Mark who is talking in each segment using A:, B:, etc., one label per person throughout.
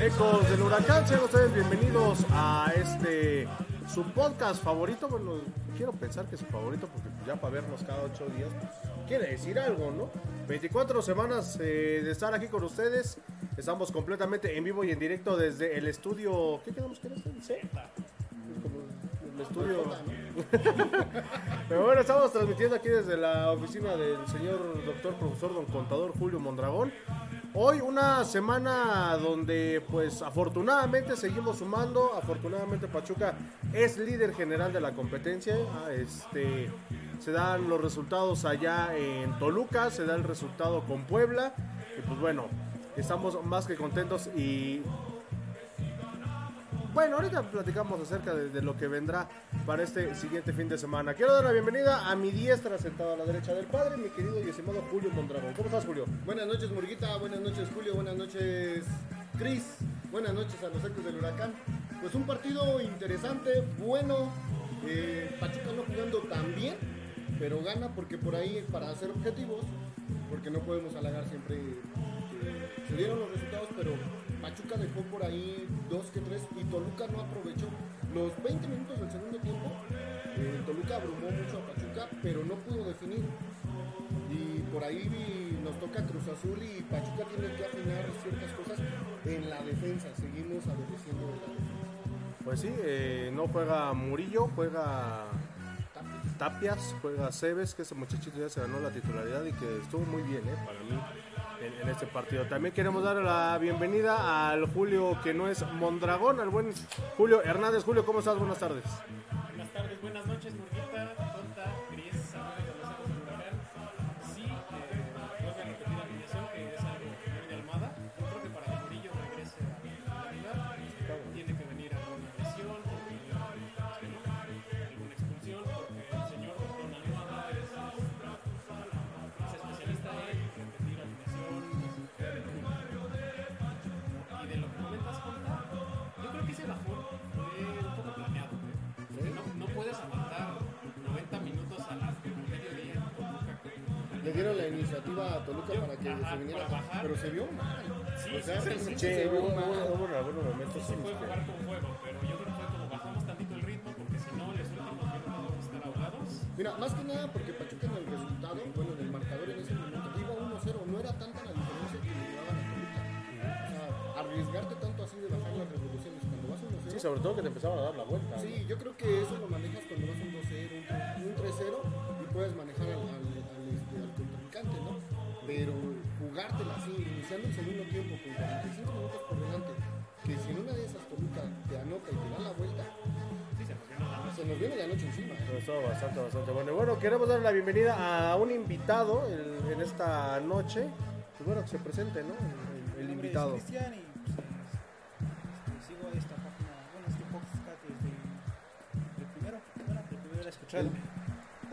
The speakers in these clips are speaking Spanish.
A: Ecos del Huracán, sean ustedes bienvenidos a este su podcast favorito. Bueno, quiero pensar que es su favorito porque ya para vernos cada ocho días pues, quiere decir algo, ¿no? 24 semanas eh, de estar aquí con ustedes. Estamos completamente en vivo y en directo desde el estudio. ¿Qué quedamos que era? ¿El Z? Como El estudio. Pero bueno, estamos transmitiendo aquí desde la oficina del señor doctor profesor don contador Julio Mondragón. Hoy una semana donde pues afortunadamente seguimos sumando, afortunadamente Pachuca es líder general de la competencia, Ah, este, se dan los resultados allá en Toluca, se da el resultado con Puebla y pues bueno, estamos más que contentos y bueno, ahorita platicamos acerca de, de lo que vendrá para este siguiente fin de semana. Quiero dar la bienvenida a mi diestra sentada a la derecha del padre, mi querido y estimado Julio Mondragón. ¿Cómo estás, Julio?
B: Buenas noches, Murguita. Buenas noches, Julio. Buenas noches, Cris. Buenas noches a los ecos del huracán. Pues un partido interesante, bueno. Eh, Pachuca no jugando tan bien, pero gana porque por ahí, para hacer objetivos, porque no podemos halagar siempre. eh, se dieron los resultados, pero Pachuca dejó por ahí dos que tres y Toluca no aprovechó. Los 20 minutos del segundo tiempo, eh, Toluca abrumó mucho a Pachuca, pero no pudo definir. Y por ahí vi- nos toca Cruz Azul y Pachuca tiene que afinar ciertas cosas en la defensa. Seguimos adoleciendo de la defensa.
A: Pues sí, eh, no juega Murillo, juega
B: Tapia.
A: Tapias, juega Cebes, que ese muchachito ya se ganó la titularidad y que estuvo muy bien eh, para mí en, en este partido. También queremos dar la bienvenida al Julio que no es Mondragón, al buen Julio Hernández. Julio, ¿cómo estás? Buenas tardes.
C: Buenas tardes, buenas noches, Murguita, Tonta, Cris, saludos a los ojos del huracán. Sí, eh, vuelve a repetir la alineación, que es algo que viene de Almada. Yo creo que para que Murillo regrese a la titularidad, tiene que venir alguna lesión, porque, eh, alguna expulsión, porque el señor Don Almada es, es especialista en repetir alineaciones. Y de lo que comentas, Tonta, yo creo que ese bajón fue un poco planeado, ¿eh? No, no puedes aguantar 90 minutos a las mediodía en Toluca.
B: Le dieron la iniciativa a Toluca para que
C: Ajá,
B: se viniera,
C: para bajar.
B: pero se vio mal.
C: Sí,
B: O sea,
C: sí, sí, sí,
B: che,
C: sí,
B: hubo-
C: sí,
B: hubo-
A: algunos momentos
C: sí puede jugar con juego, pero yo creo que fue como bajamos tantito el ritmo porque si no, los últimos minutos vamos a estar ahogados.
B: Mira, más que nada porque Pachuca en el resultado, bueno, en el marcador en ese momento iba 1-0, no era tanta la diferencia que le llevaban a Toluca. O sea, arriesgarte tanto así de bajar las revoluciones cuando vas 1-0.
A: Sí, sobre todo que te empezaban a dar la vuelta. ¿no?
B: Sí, yo creo que eso lo manejas cuando vas un 2-0, un, un 3-0 y puedes manejar al, al, al, este, al contrincante, ¿no? Pero jugártela así, iniciando el segundo tiempo con 45 minutos por delante, que si en una de esas Toluca te anota y te da la vuelta,
C: Sí, se nos viene la
B: se nos viene la noche encima. ¿eh?
A: Pero estuvo bastante, bastante bueno. Y bueno, queremos dar la bienvenida a un invitado en, en esta noche. Pues bueno, que se presente, ¿no? El- El,
D: Mi nombre
A: invitado.
D: Es Cristian y pues, eh, este, sigo esta página, bueno, este podcast desde el primero, bueno, el primero la he escuchado.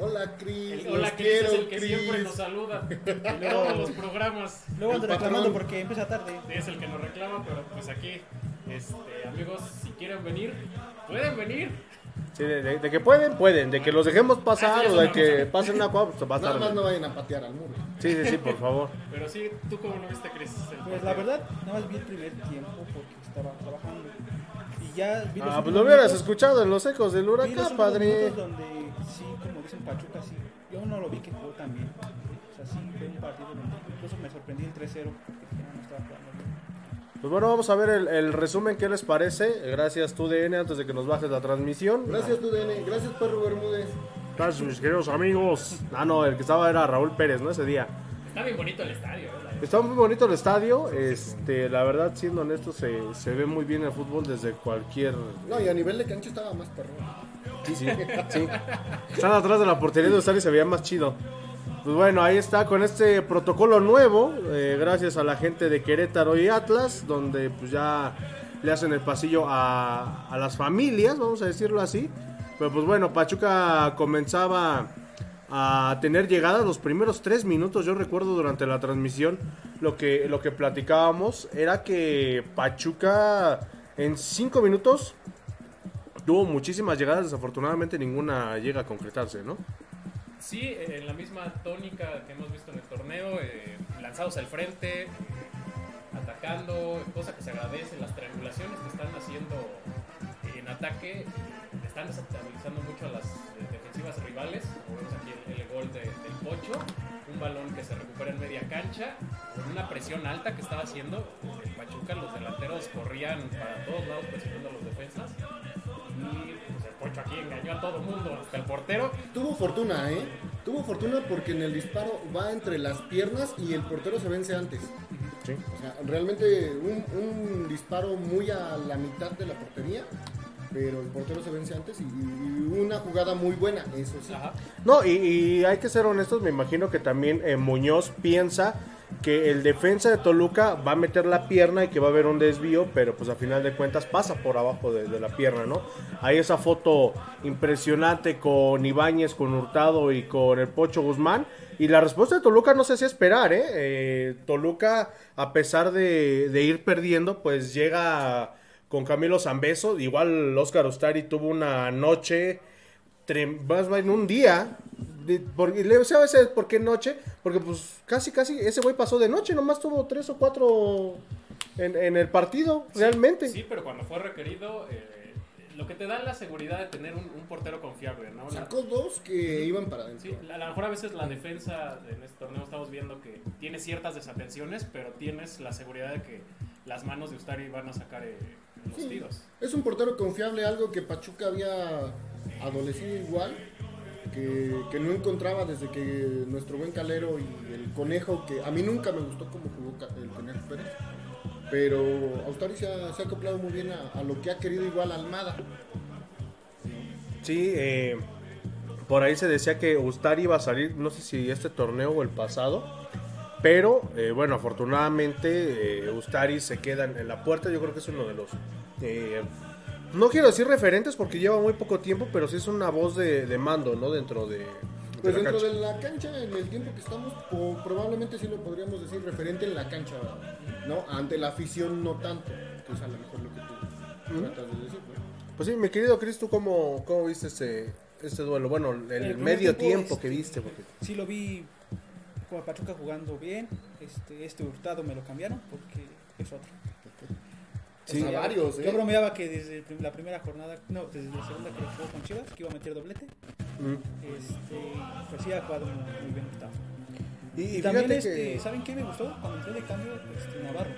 B: Hola, Cris.
C: El,
B: los
C: hola, Cris
B: quiero,
C: es el que
B: Cris.
C: siempre nos saluda en todos los programas.
D: Luego ando
B: el patrón.
D: reclamando porque empieza tarde.
C: Es el que nos reclama, pero pues aquí, este, amigos, si quieren venir, pueden venir.
A: Sí, de, de- de que pueden, pueden. De que los dejemos pasar
C: Ah, sí,
A: o de
C: eso
A: que
C: no, no.
A: pasen una cuadra, pues va a
B: Nada más
A: estar.
B: no vayan a patear al muro.
A: Sí, sí, sí, por favor.
C: Pero sí, ¿tú cómo lo viste, Cris? El
D: Pues la
C: partido.
D: verdad, nada más vi el primer tiempo porque estaba trabajando. Y ya vi los
A: Ah, pues
D: últimos
A: lo hubieras
D: minutos-
A: escuchado en los ecos del
D: vi los
A: huracán,
D: últimos
A: padre.
D: minutos donde, sí, como dicen Pachuca, sí, yo no lo vi que jugó tan bien. O sea, sí, fue un partido donde incluso me sorprendí el 3-0 porque dije, no, no estaba jugando bien.
A: Pues bueno, vamos a ver el, el resumen. ¿Qué les parece? Gracias, TUDN, antes de que nos bajes la transmisión.
B: Gracias, DN. Gracias, Perro Bermúdez.
A: Gracias, mis queridos amigos. Ah, no, el que estaba era Raúl Pérez, ¿no? Ese día.
C: Está bien bonito el estadio, ¿verdad?
A: Está muy bonito el estadio, este, la verdad siendo honesto se, se ve muy bien el fútbol desde cualquier...
B: No, y a nivel de cancha estaba más perro.
A: Sí, sí, sí. Están atrás de la portería de Usari y se veía más chido. Pues bueno, ahí está con este protocolo nuevo, eh, gracias a la gente de Querétaro y Atlas, donde pues ya le hacen el pasillo a, a las familias, vamos a decirlo así. Pero pues bueno, Pachuca comenzaba a tener llegadas los primeros tres minutos. Yo recuerdo durante la transmisión lo que, lo que platicábamos era que Pachuca en cinco minutos tuvo muchísimas llegadas, desafortunadamente ninguna llega a concretarse, ¿no?
C: Sí, eh, en la misma tónica que hemos visto en el torneo, eh, lanzados al frente, eh, atacando, cosa que se agradece, las triangulaciones que están haciendo en ataque están desestabilizando mucho a las eh, defensivas rivales. Como vemos aquí el, el gol de- del Pocho, un balón que se recupera en media cancha, con una presión alta que estaba haciendo el Pachuca, los delanteros corrían para todos lados presionando a los defensas. Y pues, el Pocho aquí engañó a todo mundo, hasta el portero.
B: Tuvo fortuna, ¿eh? Tuvo fortuna porque en el disparo va entre las piernas y el portero se vence antes.
A: Sí.
B: O sea, realmente un, un disparo muy a la mitad de la portería, pero el portero se vence antes y, y una jugada muy buena, eso sí.
C: Ajá.
A: No, y, y hay que ser honestos, me imagino que también eh, Muñoz piensa que el defensa de Toluca va a meter la pierna y que va a haber un desvío, pero pues a final de cuentas pasa por abajo de, de la pierna, ¿no? Hay esa foto impresionante con Ibáñez, con Hurtado y con el Pocho Guzmán. Y la respuesta de Toluca no sé si esperar, ¿eh? Eh, Toluca, a pesar de, de ir perdiendo, pues llega con Camilo Zambeso. Igual Oscar Ustari tuvo una noche trem- más en un día. de- porque, le- ¿Sabes por qué noche? Porque pues casi, casi ese güey pasó de noche, nomás tuvo tres o cuatro en, en el partido, realmente.
C: Sí, pero cuando fue requerido, eh, lo que te da la seguridad de tener un, un portero confiable, ¿no? La-
B: Sacó dos que iban para adentro.
C: Sí, a lo mejor a veces la defensa en este torneo estamos viendo que tiene ciertas desatenciones, pero tienes la seguridad de que las manos de Ustari van a sacar eh, los
B: Sí.
C: tiros.
B: Es un portero confiable, algo que Pachuca había adolecido igual, que, que no encontraba desde que nuestro buen Calero y el Conejo, que a mí nunca me gustó cómo jugó Ca- el Conejo Pérez, pero Austari se ha, se ha acoplado muy bien a, a lo que ha querido igual Almada.
A: Sí, eh, por ahí se decía que Ustari iba a salir, no sé si este torneo o el pasado, pero eh, bueno, afortunadamente eh, Ustari se queda en en la puerta, yo creo que es uno de los... eh, no quiero decir referentes porque lleva muy poco tiempo, pero sí es una voz de, de mando, ¿no? Dentro de... de
B: Pues
A: la
B: dentro
A: cancha.
B: de la cancha, en el tiempo que estamos, po- probablemente sí lo podríamos decir referente en la cancha, ¿no? Ante la afición no tanto, que es a lo mejor lo que tú
A: Ujú.
B: tratas de decir, ¿no?
A: Pues sí, mi querido Chris, ¿tú cómo, cómo viste este, este duelo? Bueno, el,
D: El primer
A: medio
D: tiempo,
A: tiempo
D: este,
A: que viste. Porque...
D: Sí lo vi con Pachuca jugando bien. Este, este hurtado me lo cambiaron porque es otro.
B: Sí,
D: O sea,
B: varios,
D: Yo
B: ¿eh?
D: bromeaba que desde el prim- la primera jornada, no, desde la segunda que jugó con Chivas, que iba a meter doblete.
A: Mm.
D: Este, pues sí ha jugado muy, muy bien Hurtado.
A: Y, y
D: Y también,
A: fíjate
D: este,
A: que...
D: ¿saben qué me gustó? Cuando entró de cambio, este, Navarro.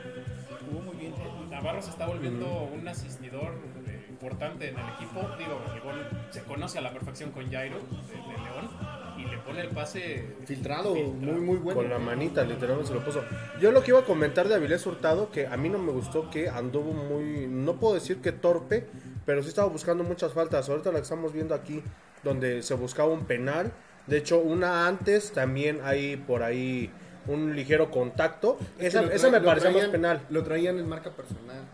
D: Jugó muy bien. eh,
C: Navarro se está volviendo un asistidor eh, importante en el equipo. Digo, el gol se conoce a la perfección con Jairo de, de León y le pone el pase
B: Filtrado,
C: filtrado.
B: muy, muy bueno.
A: Con la manita, literalmente se lo puso. Yo lo que iba a comentar de Avilés Hurtado, que a mí no me gustó, que anduvo muy, no puedo decir que torpe, pero sí estaba buscando muchas faltas. Ahorita la que estamos viendo aquí, donde se buscaba un penal. De hecho, una antes también hay por ahí un ligero contacto.
B: Es
A: Esa,
B: que lo
A: esa
B: trae-
A: me
B: lo
A: parecía más
B: traían-
A: penal.
B: Lo traían en marca personal.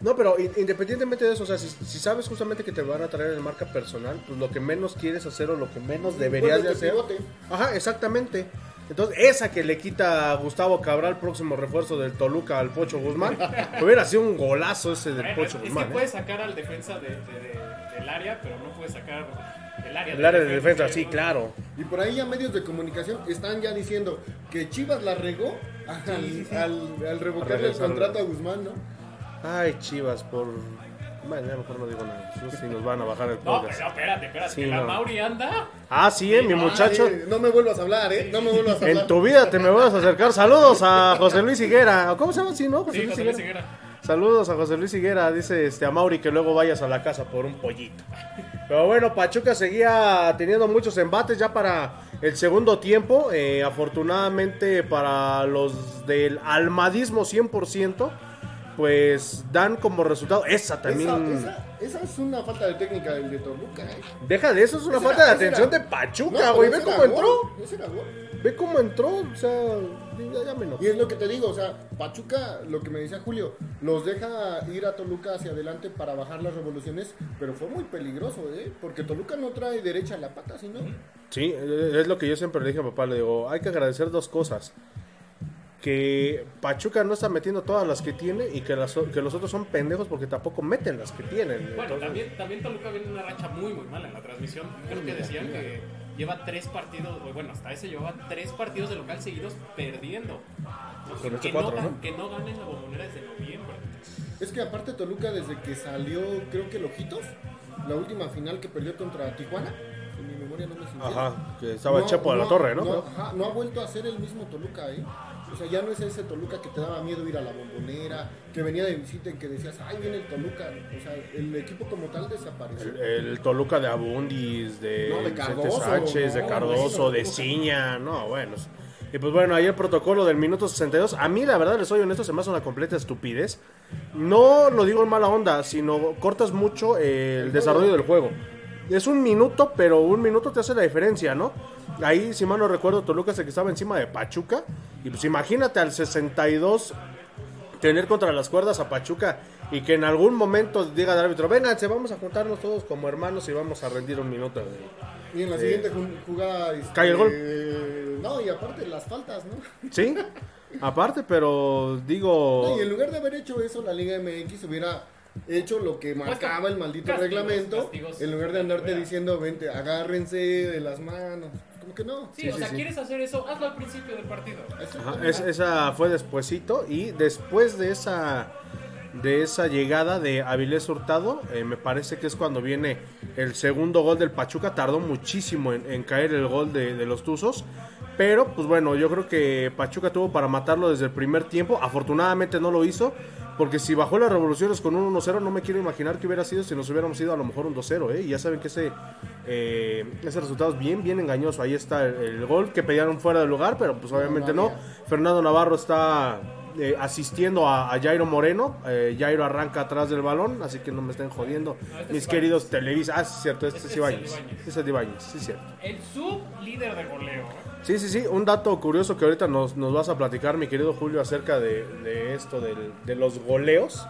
A: No, pero in- independientemente de eso, o sea, si, si sabes justamente que te van a traer en marca personal, pues lo que menos quieres hacer o lo que menos deberías de
B: Vuélvete
A: hacer.
B: pivote.
A: Ajá, exactamente. Entonces, esa que le quita a Gustavo Cabral, próximo refuerzo del Toluca al Pocho Guzmán, hubiera sido un golazo ese del
C: Bueno,
A: Pocho
C: es, es
A: Guzmán.
C: que
A: ¿eh?
C: puede sacar al defensa de- de- de- del área, pero no puede sacar el área.
A: El área de
C: del
A: defensa,
C: ¿no?
A: sí, claro.
B: Y por ahí ya medios de comunicación están ya diciendo que Chivas la regó al, al- al revocarle el
A: Regresarlo.
B: contrato a Guzmán, ¿no?
A: Ay, chivas, por. Bueno, ya mejor no digo nada. No sé Si nos van a bajar el
C: No,
A: podcast.
C: pero espérate, espérate.
A: Sí,
C: que la
A: no.
C: Mauri anda.
A: Ah, sí, eh, mi muchacho.
B: Ay, no me vuelvas a hablar, ¿eh? No me vuelvas a hablar.
A: En tu vida te me vas a acercar. Saludos a José Luis Higuera. ¿O ¿Cómo se llama así, no? José
C: Sí,
A: Luis
C: José
A: Higuera.
C: Luis Higuera.
A: Saludos a José Luis Higuera, dice este, a Mauri que luego vayas a la casa por un pollito. Pero bueno, Pachuca seguía teniendo muchos embates ya para el segundo tiempo. Eh, afortunadamente para los del almadismo 100%, pues dan como resultado esa también.
B: Esa, esa- esa es una falta de técnica del de Toluca, ¿eh?
A: Deja de eso, es una
B: Esa
A: falta
B: era-
A: de
B: esa
A: atención
B: era-
A: de
B: No,
A: Pachuca,
B: pero
A: güey.
B: ese
A: Ve
B: era
A: cómo
B: gol,
A: entró.
B: ese era gol.
A: Ve cómo entró. O sea, ya, ya me enojé.
B: Y es lo que te digo, o sea, Pachuca, lo que me decía Julio, los deja ir a Toluca hacia adelante para bajar las revoluciones, pero fue muy peligroso, ¿eh? Porque Toluca no trae derecha a la pata, sino
A: Sí, eh, es lo que yo siempre le dije a papá, le digo, hay que agradecer dos cosas. Que Pachuca no está metiendo todas las que tiene y que, las, o- que los otros son pendejos porque tampoco meten las que tienen.
C: Bueno,
A: Entonces,
C: también, también Toluca viene en una racha muy, muy mala en la transmisión. Creo que decían que lleva tres partidos, o bueno, hasta ese llevaba tres partidos de local seguidos perdiendo. Entonces,
A: Con este
C: que, no,
A: cuatro,
C: ga-
A: ¿no?
C: que no gana en la bombonera desde noviembre.
B: Es que aparte Toluca desde que salió, creo que Lojitos, la última final que perdió contra Tijuana, en mi memoria no me sintió.
A: Ajá, que estaba el Chepo de la Torre, ¿no?
B: ajá, no ha vuelto a ser el mismo Toluca, ¿eh? O sea, ya no es ese Toluca que te daba miedo ir a la bombonera, que venía de visita y que decías, ay, viene el Toluca. O sea, el equipo como tal desapareció.
A: El, el Toluca de Abundis, de,
B: No, de
A: Vicente
B: Cardoso,
A: Sánchez, de
B: no,
A: Cardoso,
B: no,
A: de
B: no.
A: Ciña, no, bueno. Y pues bueno, ahí el protocolo del minuto 62. A mí, la verdad, les soy honesto, se me hace una completa estupidez. No lo digo en mala onda, sino cortas mucho eh, el,
B: El
A: desarrollo
B: juego.
A: del juego. Es un minuto, pero un minuto te hace la diferencia, ¿no? Ahí, si mal no recuerdo, Toluca es el que estaba encima de Pachuca. Y pues imagínate al 62 tener contra las cuerdas a Pachuca y que en algún momento diga el árbitro, vénganse, vamos a juntarnos todos como hermanos y vamos a rendir un minuto. güey".
B: Y en la siguiente ju- jugada... este,
A: Cae el gol.
B: eh, No, y aparte las faltas, ¿no?
A: ¿Sí? Aparte, pero digo...
B: Y en lugar de haber hecho eso, la Liga MX hubiera hecho lo que marcaba el maldito
C: Castigos,
B: reglamento,
C: castigos.
B: en lugar de andarte
C: Fuera.
B: diciendo, vente, agárrense de las manos. Como que no.
C: Sí, o sea, quieres hacer eso, hazlo al principio del partido.
B: Eso-
A: Ajá, es- esa fue despuesito y después de esa de esa llegada de Avilés Hurtado, eh, me parece que es cuando viene el segundo gol del Pachuca. Tardó muchísimo en, en caer el gol de, de los Tuzos. Pero, pues bueno, yo creo que Pachuca tuvo para matarlo desde el primer tiempo. Afortunadamente no lo hizo. Porque si bajó las revoluciones con un 1-0, no me quiero imaginar que hubiera sido si nos hubiéramos ido a lo mejor un 2-0. ¿eh? Y ya saben que ese, eh, ese resultado es bien, bien engañoso. Ahí está el, el gol que pedían fuera de lugar, pero pues obviamente no.
B: valía.
A: Fernando Navarro está eh, asistiendo a, a Jairo Moreno. Eh, Jairo arranca atrás del balón, así que no me estén jodiendo.
C: No, este
A: Mis
C: es
A: queridos Televisa. Ah, sí, es cierto, este,
C: Este
A: es
C: es
A: Ibáñez.
C: Ibáñez.
A: Este es Ibáñez, sí, es cierto.
C: El sub líder de goleo. ¿eh?
A: Sí, sí, sí. Un dato curioso que ahorita nos, nos vas a platicar, mi querido Julio, acerca de, de esto, del- de los goleos.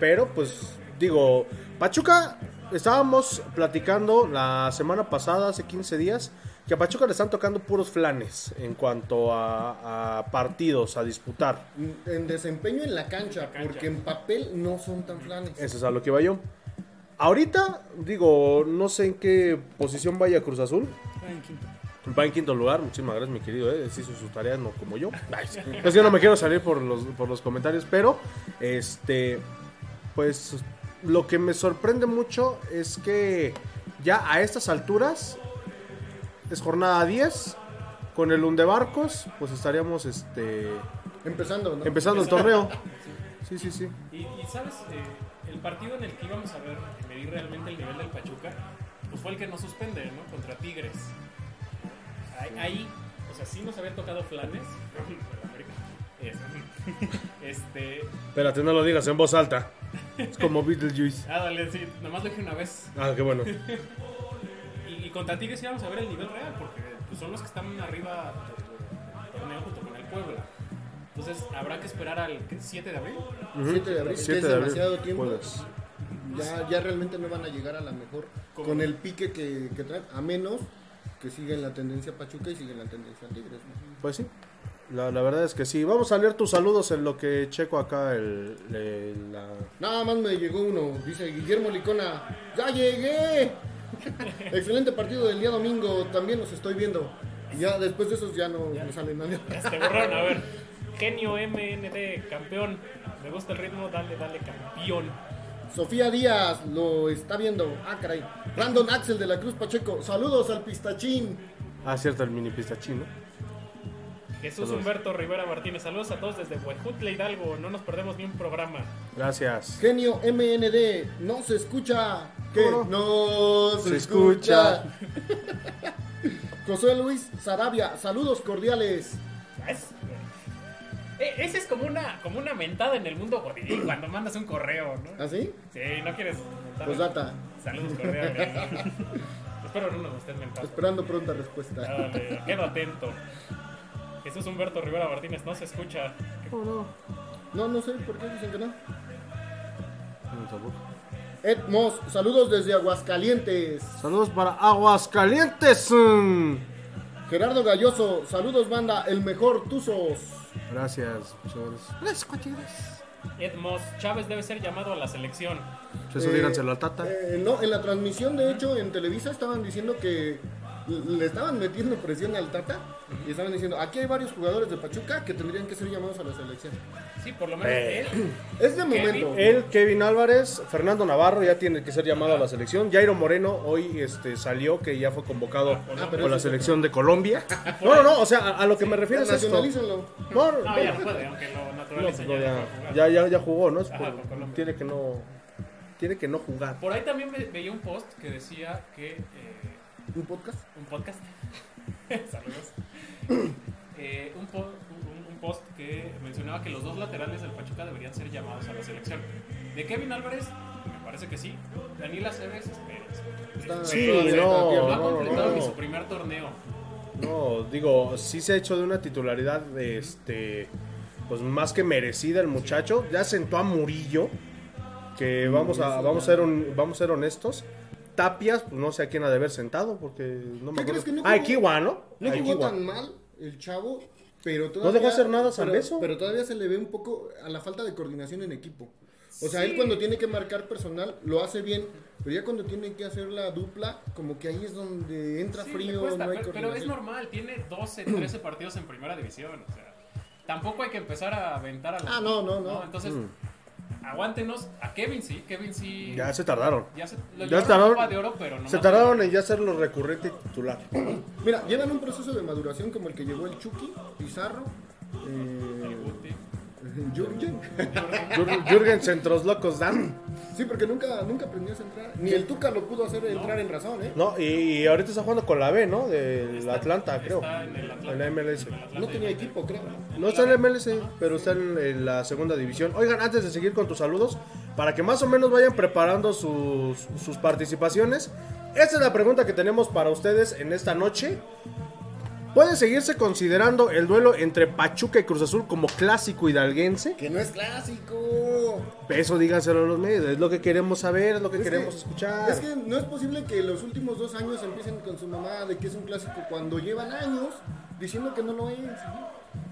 A: Pero, pues, digo, Pachuca, estábamos platicando la semana pasada, hace 15 días, que a Pachuca le están tocando puros flanes en cuanto a, a partidos, a disputar.
B: En desempeño en la cancha,
C: cancha.
B: porque en papel no son tan flanes.
A: Eso es a lo que iba yo. Ahorita, digo, no sé en qué posición vaya Cruz Azul.
D: Ah, en quinto.
A: Va en quinto lugar, muchísimas gracias mi querido, eh. sí hizo su tarea, no como yo. Ay, sí. Es que no me quiero salir por los, por los comentarios, pero este, pues lo que me sorprende mucho es que ya a estas alturas es jornada 10, con el Undebarcos, pues estaríamos este,
B: Empezando, ¿no?
A: empezando el torneo. Sí, sí, sí.
C: Y, y, sabes, Eh, el partido en el que íbamos a ver, medir realmente el nivel del Pachuca, pues fue el que nos suspende, ¿no? Contra Tigres. Ahí, ahí, o sea, sí nos habían tocado flanes. Perdón, América. Este, este,
A: Espérate, no lo digas en voz alta. Es como Beetlejuice.
C: ah, dale, sí, nomás lo dije una vez.
A: Ah, qué bueno.
C: Y, y contra Tigres íbamos a ver el nivel real, porque pues, son los que están arriba del torneo junto con el Puebla. Entonces, habrá que esperar al ¿qué? 7 de abril.
B: 7 de abril, que
A: 7
B: es
A: de abril,
B: demasiado tiempo.
A: jueves.
B: Ya, ya realmente no van a llegar a la mejor
C: ¿Cómo?
B: con el pique que, que traen, a menos que sigan la tendencia Pachuca y sigan la tendencia Tigres. ¿no?
A: Pues sí, la, la verdad es que sí. Vamos a leer tus saludos en lo que checo acá el, el- la-
B: Nada más me llegó uno, dice Guillermo Licona, ¡ya llegué! Excelente partido del día domingo, también los estoy viendo. Y Ya después de esos ya no, no sale nadie.
C: Te borraron, Este a ver. Genio MND, campeón. Me gusta el ritmo, dale, dale, campeón.
B: Sofía Díaz lo está viendo. Ah, caray. Brandon Axel de la Cruz Pacheco, saludos al pistachín.
A: Ah, cierto, el mini pistachín, ¿no?
C: Jesús
A: Saludos.
C: Humberto Rivera Martínez, saludos a todos desde Huejutla Hidalgo. No nos perdemos ni un programa.
A: Gracias.
B: Genio MND, no se escucha. ¿Qué?
A: ¿Cómo
B: No
A: Se
B: se
A: escucha.
B: escucha. José Luis Sarabia, saludos cordiales.
C: Es- eh, Esa es como una, como una mentada en el mundo godín cuando mandas un correo, ¿no?
B: ¿Así?
C: Sí, no quieres. mentar.
B: ¿Ah, Posdata,
C: Saludos cordiales. Espero no nos estés mentando.
B: esperando pronta respuesta.
C: Dale, queda atento. Jesús Humberto Rivera Martínez, no se escucha.
B: No, no sé por qué dicen que no.
A: Un saludo.
B: Ed Moss, saludos desde Aguascalientes.
A: Saludos para Aguascalientes. mm.
B: Gerardo Galloso, saludos banda, el mejor Tuzos.
A: Gracias, muchas gracias. Gracias,
C: Ed Moss, Chávez debe ser llamado a la selección.
A: Eso
B: Eh,
A: díganselo al Tata.
B: eh, no, en la transmisión, de hecho, en Televisa estaban diciendo que le estaban metiendo presión al Tata y estaban diciendo, aquí hay varios jugadores de Pachuca que tendrían que ser llamados a la selección.
C: Sí, por lo menos él.
B: Es de
C: Kevin.
B: momento.
A: Él, Kevin Álvarez, Fernando Navarro ya tiene que ser llamado a la selección. Jairo Moreno hoy este, salió que ya fue convocado
B: Ah, pero
A: por
B: ese
A: la
B: es
A: selección de Colombia. No, no, no, o sea, a, a lo que me refiero es esto.
B: Nacionalícenlo.
A: No, no,
B: Ah,
C: No, Ah, ya no puede, aunque lo
A: no,
C: naturaliza.
A: no,
C: ya
A: ya,
C: dejó jugar.
A: ya, ya- ya jugó, ¿no? Es
C: Ajá,
A: por-
C: con Colombia.
A: tiene que no tiene que no jugar.
C: Por ahí también ve- veía un post que decía que. eh,
B: ¿Un podcast?
C: un podcast. Saludos. Eh, un, po- un- un post que mencionaba que los dos laterales del Pachuca deberían ser llamados a la selección. De Kevin Álvarez, me parece que sí. Daniel Aceves, espérense.
B: Está-
A: Sí,
B: todavía está
A: no,
B: tierno.
C: No ha completado
A: no.
C: ni su primer torneo.
A: No, digo, sí se ha hecho de una titularidad este pues más que merecida el muchacho. Ya sentó a Murillo,
B: Mm,
A: que vamos a vamos a ser un- vamos a ser honestos. Tapias, pues no sé a quién ha de haber sentado porque no me
B: ¿Qué
A: acuerdo.
B: crees que no
A: ah,
B: jugó?
A: Equiwa, ¿no?
B: No
A: Ah,
B: jugó
A: Equiwa.
B: tan mal el chavo, pero todavía...
A: dejó hacer nada a
B: pero-
A: Zambeso.
B: Pero todavía se le ve un poco a la falta de coordinación en equipo. O sea, él
C: Sí.
B: cuando tiene que marcar personal lo hace bien, pero ya cuando tiene que hacer la dupla, como que ahí es donde entra
C: Sí, le
B: frío,
C: cuesta,
B: no hay
C: pero, pero es
B: coordinación.
C: normal, tiene 12, 13 partidos en primera división. O sea, tampoco hay que empezar a aventar a los.
B: Ah, no, no, no.
C: Entonces, aguántenos. A Kevin sí, Kevin sí.
A: Mm. Ya se tardaron.
C: ya se,
A: ya
C: lo llevaron a
A: tardaron-
C: Copa de oro, pero no
A: Se
C: más.
A: tardaron en ya hacerlo recurrente y titular.
B: Mira, llevan un proceso de maduración como el que llevó el Chucky, Pizarro,
C: El
B: eh,
C: Guti.
B: Jürgen.
A: Jür- Jürgen Centros Locos Dan.
B: Sí, porque nunca, nunca aprendió a centrar. Ni el Tuca lo pudo hacer entrar en razón, ¿eh?
A: No, y, y ahorita está jugando con la B, ¿no? Del
C: Está-
A: Atlanta,
C: está
A: creo.
C: en el Atlanta.
A: En la MLS.
B: No tenía equipo, creo.
A: No está en el MLS, pero está en, en la segunda división. Oigan, antes de seguir con tus saludos, para que más o menos vayan preparando sus, sus participaciones, esta es la pregunta que tenemos para ustedes en esta noche. ¿Puede seguirse considerando el duelo entre Pachuca y Cruz Azul como clásico hidalguense?
B: Que no es clásico.
A: Eso díganselo a los medios, es lo que queremos saber, es lo que
B: Es
A: queremos
B: que-
A: escuchar.
B: Es que no es posible que los últimos dos años empiecen con su mamá de que es un clásico cuando llevan años diciendo que no lo es.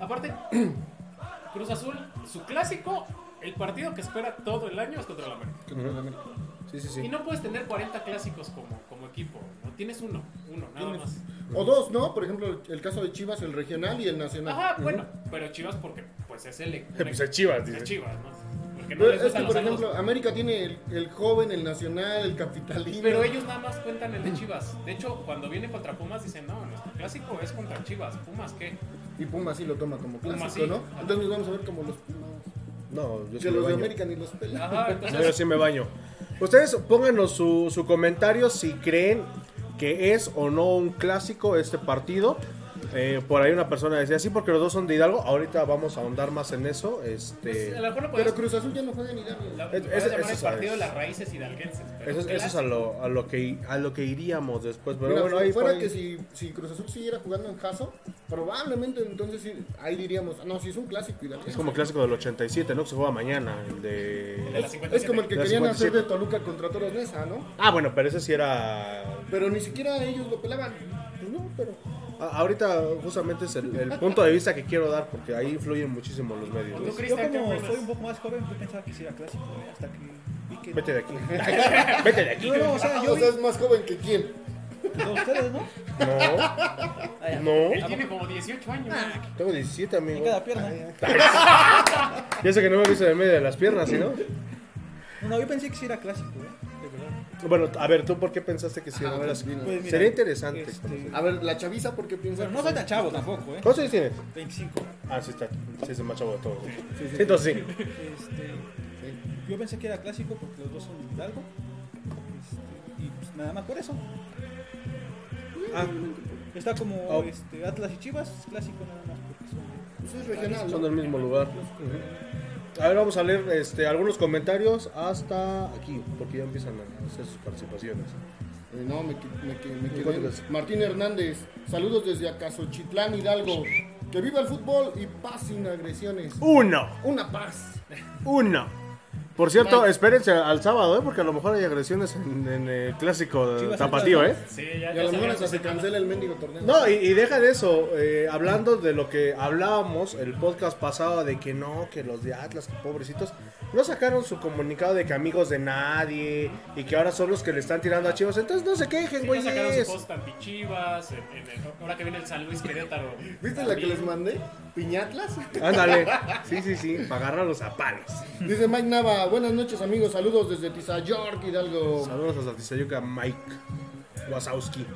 C: Aparte, Cruz Azul, su clásico, el partido que espera todo el año es contra el América.
B: Contra el América.
A: Sí, sí,
C: Y
A: sí.
C: no puedes tener 40 clásicos como, como equipo. ¿no? Tienes uno, uno, nada más.
B: O dos, ¿no? Por ejemplo, el- el caso de Chivas, el regional y el nacional.
C: Ajá, bueno, pero Chivas porque pues es el
A: Pues es Chivas, dice.
C: Es Chivas, ¿no? Porque no
B: Pero
C: les
B: es que,
C: gustan
B: por
C: los anglos.
B: ejemplo, América tiene el, el joven, el nacional, el capitalino.
C: Pero ellos nada más cuentan el de Chivas. De hecho, cuando viene contra Pumas dicen, no, nuestro clásico es contra Chivas. ¿Pumas qué?
B: Y Puma sí lo toma como
C: Puma
B: clásico,
C: sí.
B: ¿no? Entonces nos vamos a ver como los Pumas.
A: No, yo sí
B: Que
A: me
B: los de
A: Pues baño.
B: América ni los pelan.
C: Ajá,
A: No, yo
C: entonces...
A: sí me baño. Ustedes pónganos su, su comentario si creen que es o no un clásico este partido. Eh, por ahí una persona decía, sí, porque los dos son de Hidalgo. Ahorita vamos a ahondar más en eso.
C: pues,
A: Este,
C: a lo mejor lo podemos
B: Pero Cruz Azul ya no juega ni Hidalgo.
C: La,
A: Es-
C: lo puedes
A: eso-
C: llamar
A: eso
C: el
A: sabes.
C: partido de las raíces hidalguenses. pero
A: eso es, eso es a,
C: clásico.
A: lo, a, lo que, a lo que iríamos después. Pero
B: Mira,
A: bueno,
B: si
A: ahí por
B: fuera
A: ahí-
B: que si, si Cruz Azul siguiera jugando en Jaso, probablemente entonces sí, ahí diríamos, "Ah, no, si es un clásico. hidalguense".
A: Es como el clásico del 87, ¿no? Que se juega mañana. El
C: El de
A: de...
C: las 50
B: Es como el que
A: La
B: querían
A: 57.
B: hacer de Toluca contra Toros Nesa, ¿no?
A: Ah, bueno, pero ese sí era
B: Pero ni siquiera ellos lo pelaban.
A: Pues no, pero a- ahorita justamente es el, el punto de vista que quiero dar porque ahí influyen muchísimo los medios. ¿no?
C: ¿Tú,
D: Pues, Yo
C: Cristian, qué
D: como
C: opinas?
D: soy un poco más joven, yo pensaba que sí era clásico, eh, hasta que vi que...
A: Vete de aquí. Vete de aquí.
D: No, no, o sea, yo
B: Ah, o
D: vi...
B: sea, es más joven que quién.
D: No, ustedes, ¿no?
A: No,
D: Ay,
C: Él
A: no.
C: tiene como 18 años. Ah,
A: Tengo 17,
D: En
A: amigo.
D: cada pierna.
A: Ya sé que no me visto de medio de las piernas, ¿sí, ¿no?
D: No, yo pensé que sí era clásico, ¿eh? De verdad.
A: Bueno, a ver, ¿tú por qué pensaste que sí?
B: Ah,
A: A ver,
B: pues, mira.
D: Pues mira,
A: Sería interesante.
D: este,
A: conocer.
B: A ver, la chaviza, ¿por qué piensa?
D: Pero no soy tan chavo tampoco, ¿eh?
A: ¿Cuántos años tienes?
D: 25.
A: Ah, sí está. Sí, es el más chavo de todos. Entonces sí.
D: Este, Yo pensé que era clásico porque los dos son de Hidalgo. Este, y pues nada más por eso.
A: Ah,
D: Está como
A: Oh.
D: este, Atlas y Chivas, es clásico nada más porque son.
B: Pues es regional,
A: son
B: ¿no?
A: del mismo lugar. Ujú. A ver, vamos a leer este, algunos comentarios hasta aquí, porque ya empiezan a hacer sus participaciones.
B: Eh, no, me, que- me, que- me quedé.
A: Encuentras.
B: Martín Hernández, saludos desde Acasochitlán, Hidalgo. Que viva el fútbol y paz sin agresiones.
A: Uno.
B: Una paz.
A: Uno. Por cierto,
B: Bye.
A: espérense al sábado, ¿eh? porque a lo mejor hay agresiones en, en el clásico de
D: Chivas
A: tapatío, ¿eh?
D: Atlas,
C: Sí, ya,
B: Y a
C: ya
B: lo mejor
C: sabíamos
B: hasta
C: esa
B: se
C: semana.
B: cancela el mendigo torneo.
A: No, y, y deja de eso, eh, hablando de lo que hablábamos el podcast pasado de que no, que los de Atlas, que pobrecitos, no sacaron su comunicado de que amigos de nadie y que ahora son los que le están tirando a Chivas, entonces no se quejen,
C: Sí,
A: güey.
C: ya sacaron su post anti-Chivas, en- en el- ahora que viene el San Luis Querétaro.
B: ¿Viste la
C: también.
B: que les mandé? ¿Piñatlas?
A: Ándale, sí, sí, sí, para agarrarlos a palos.
B: Dice Mike Nava, buenas noches amigos, saludos desde Tizayork, Hidalgo.
A: Saludos a Satisayuca Mike Wazowski.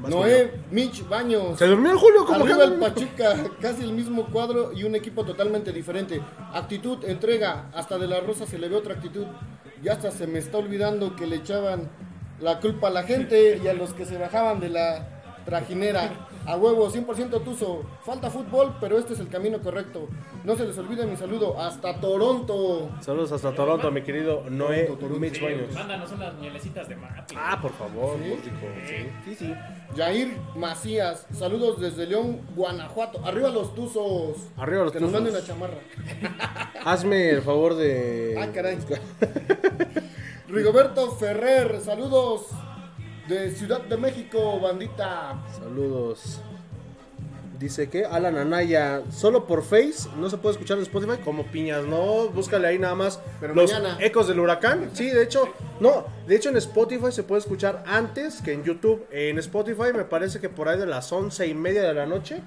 A: Más
B: Noé,
A: Julio.
B: Mitch Baños.
A: Se durmió el Julio como
B: Arriba el
A: cada-
B: Pachuca, casi el mismo cuadro y un equipo totalmente diferente. Actitud, entrega, hasta de la Rosa se le ve otra actitud. Y hasta se me está olvidando que le echaban la culpa a la gente y a los que se bajaban de la trajinera. A huevo, 100% tuzo. Falta fútbol, pero este es el camino correcto. No se les olvide mi saludo. Hasta Toronto.
A: Saludos hasta Toronto, mi querido Noé Mitch Baños.
C: Mándanos unas mielecitas de mate.
A: Ah, por favor,
B: Sí.
A: muy rico, sí.
D: Sí, sí.
B: Jair Macías, saludos desde León, Guanajuato. Arriba los tuzos.
A: Arriba los
B: Que nos
A: tuzos.
B: manden la chamarra.
A: Hazme el favor de.
B: Ah, caray. Rigoberto Ferrer, saludos de Ciudad de México, bandita.
A: Saludos. Dice que Alan Anaya, solo por Face, no se puede escuchar en Spotify, como piñas, no, búscale ahí nada más
B: Pero
A: los
B: mañana.
A: ecos del huracán. Sí, de hecho, no, de hecho en Spotify se puede escuchar antes que en YouTube. En Spotify me parece que por ahí de las once y media de la noche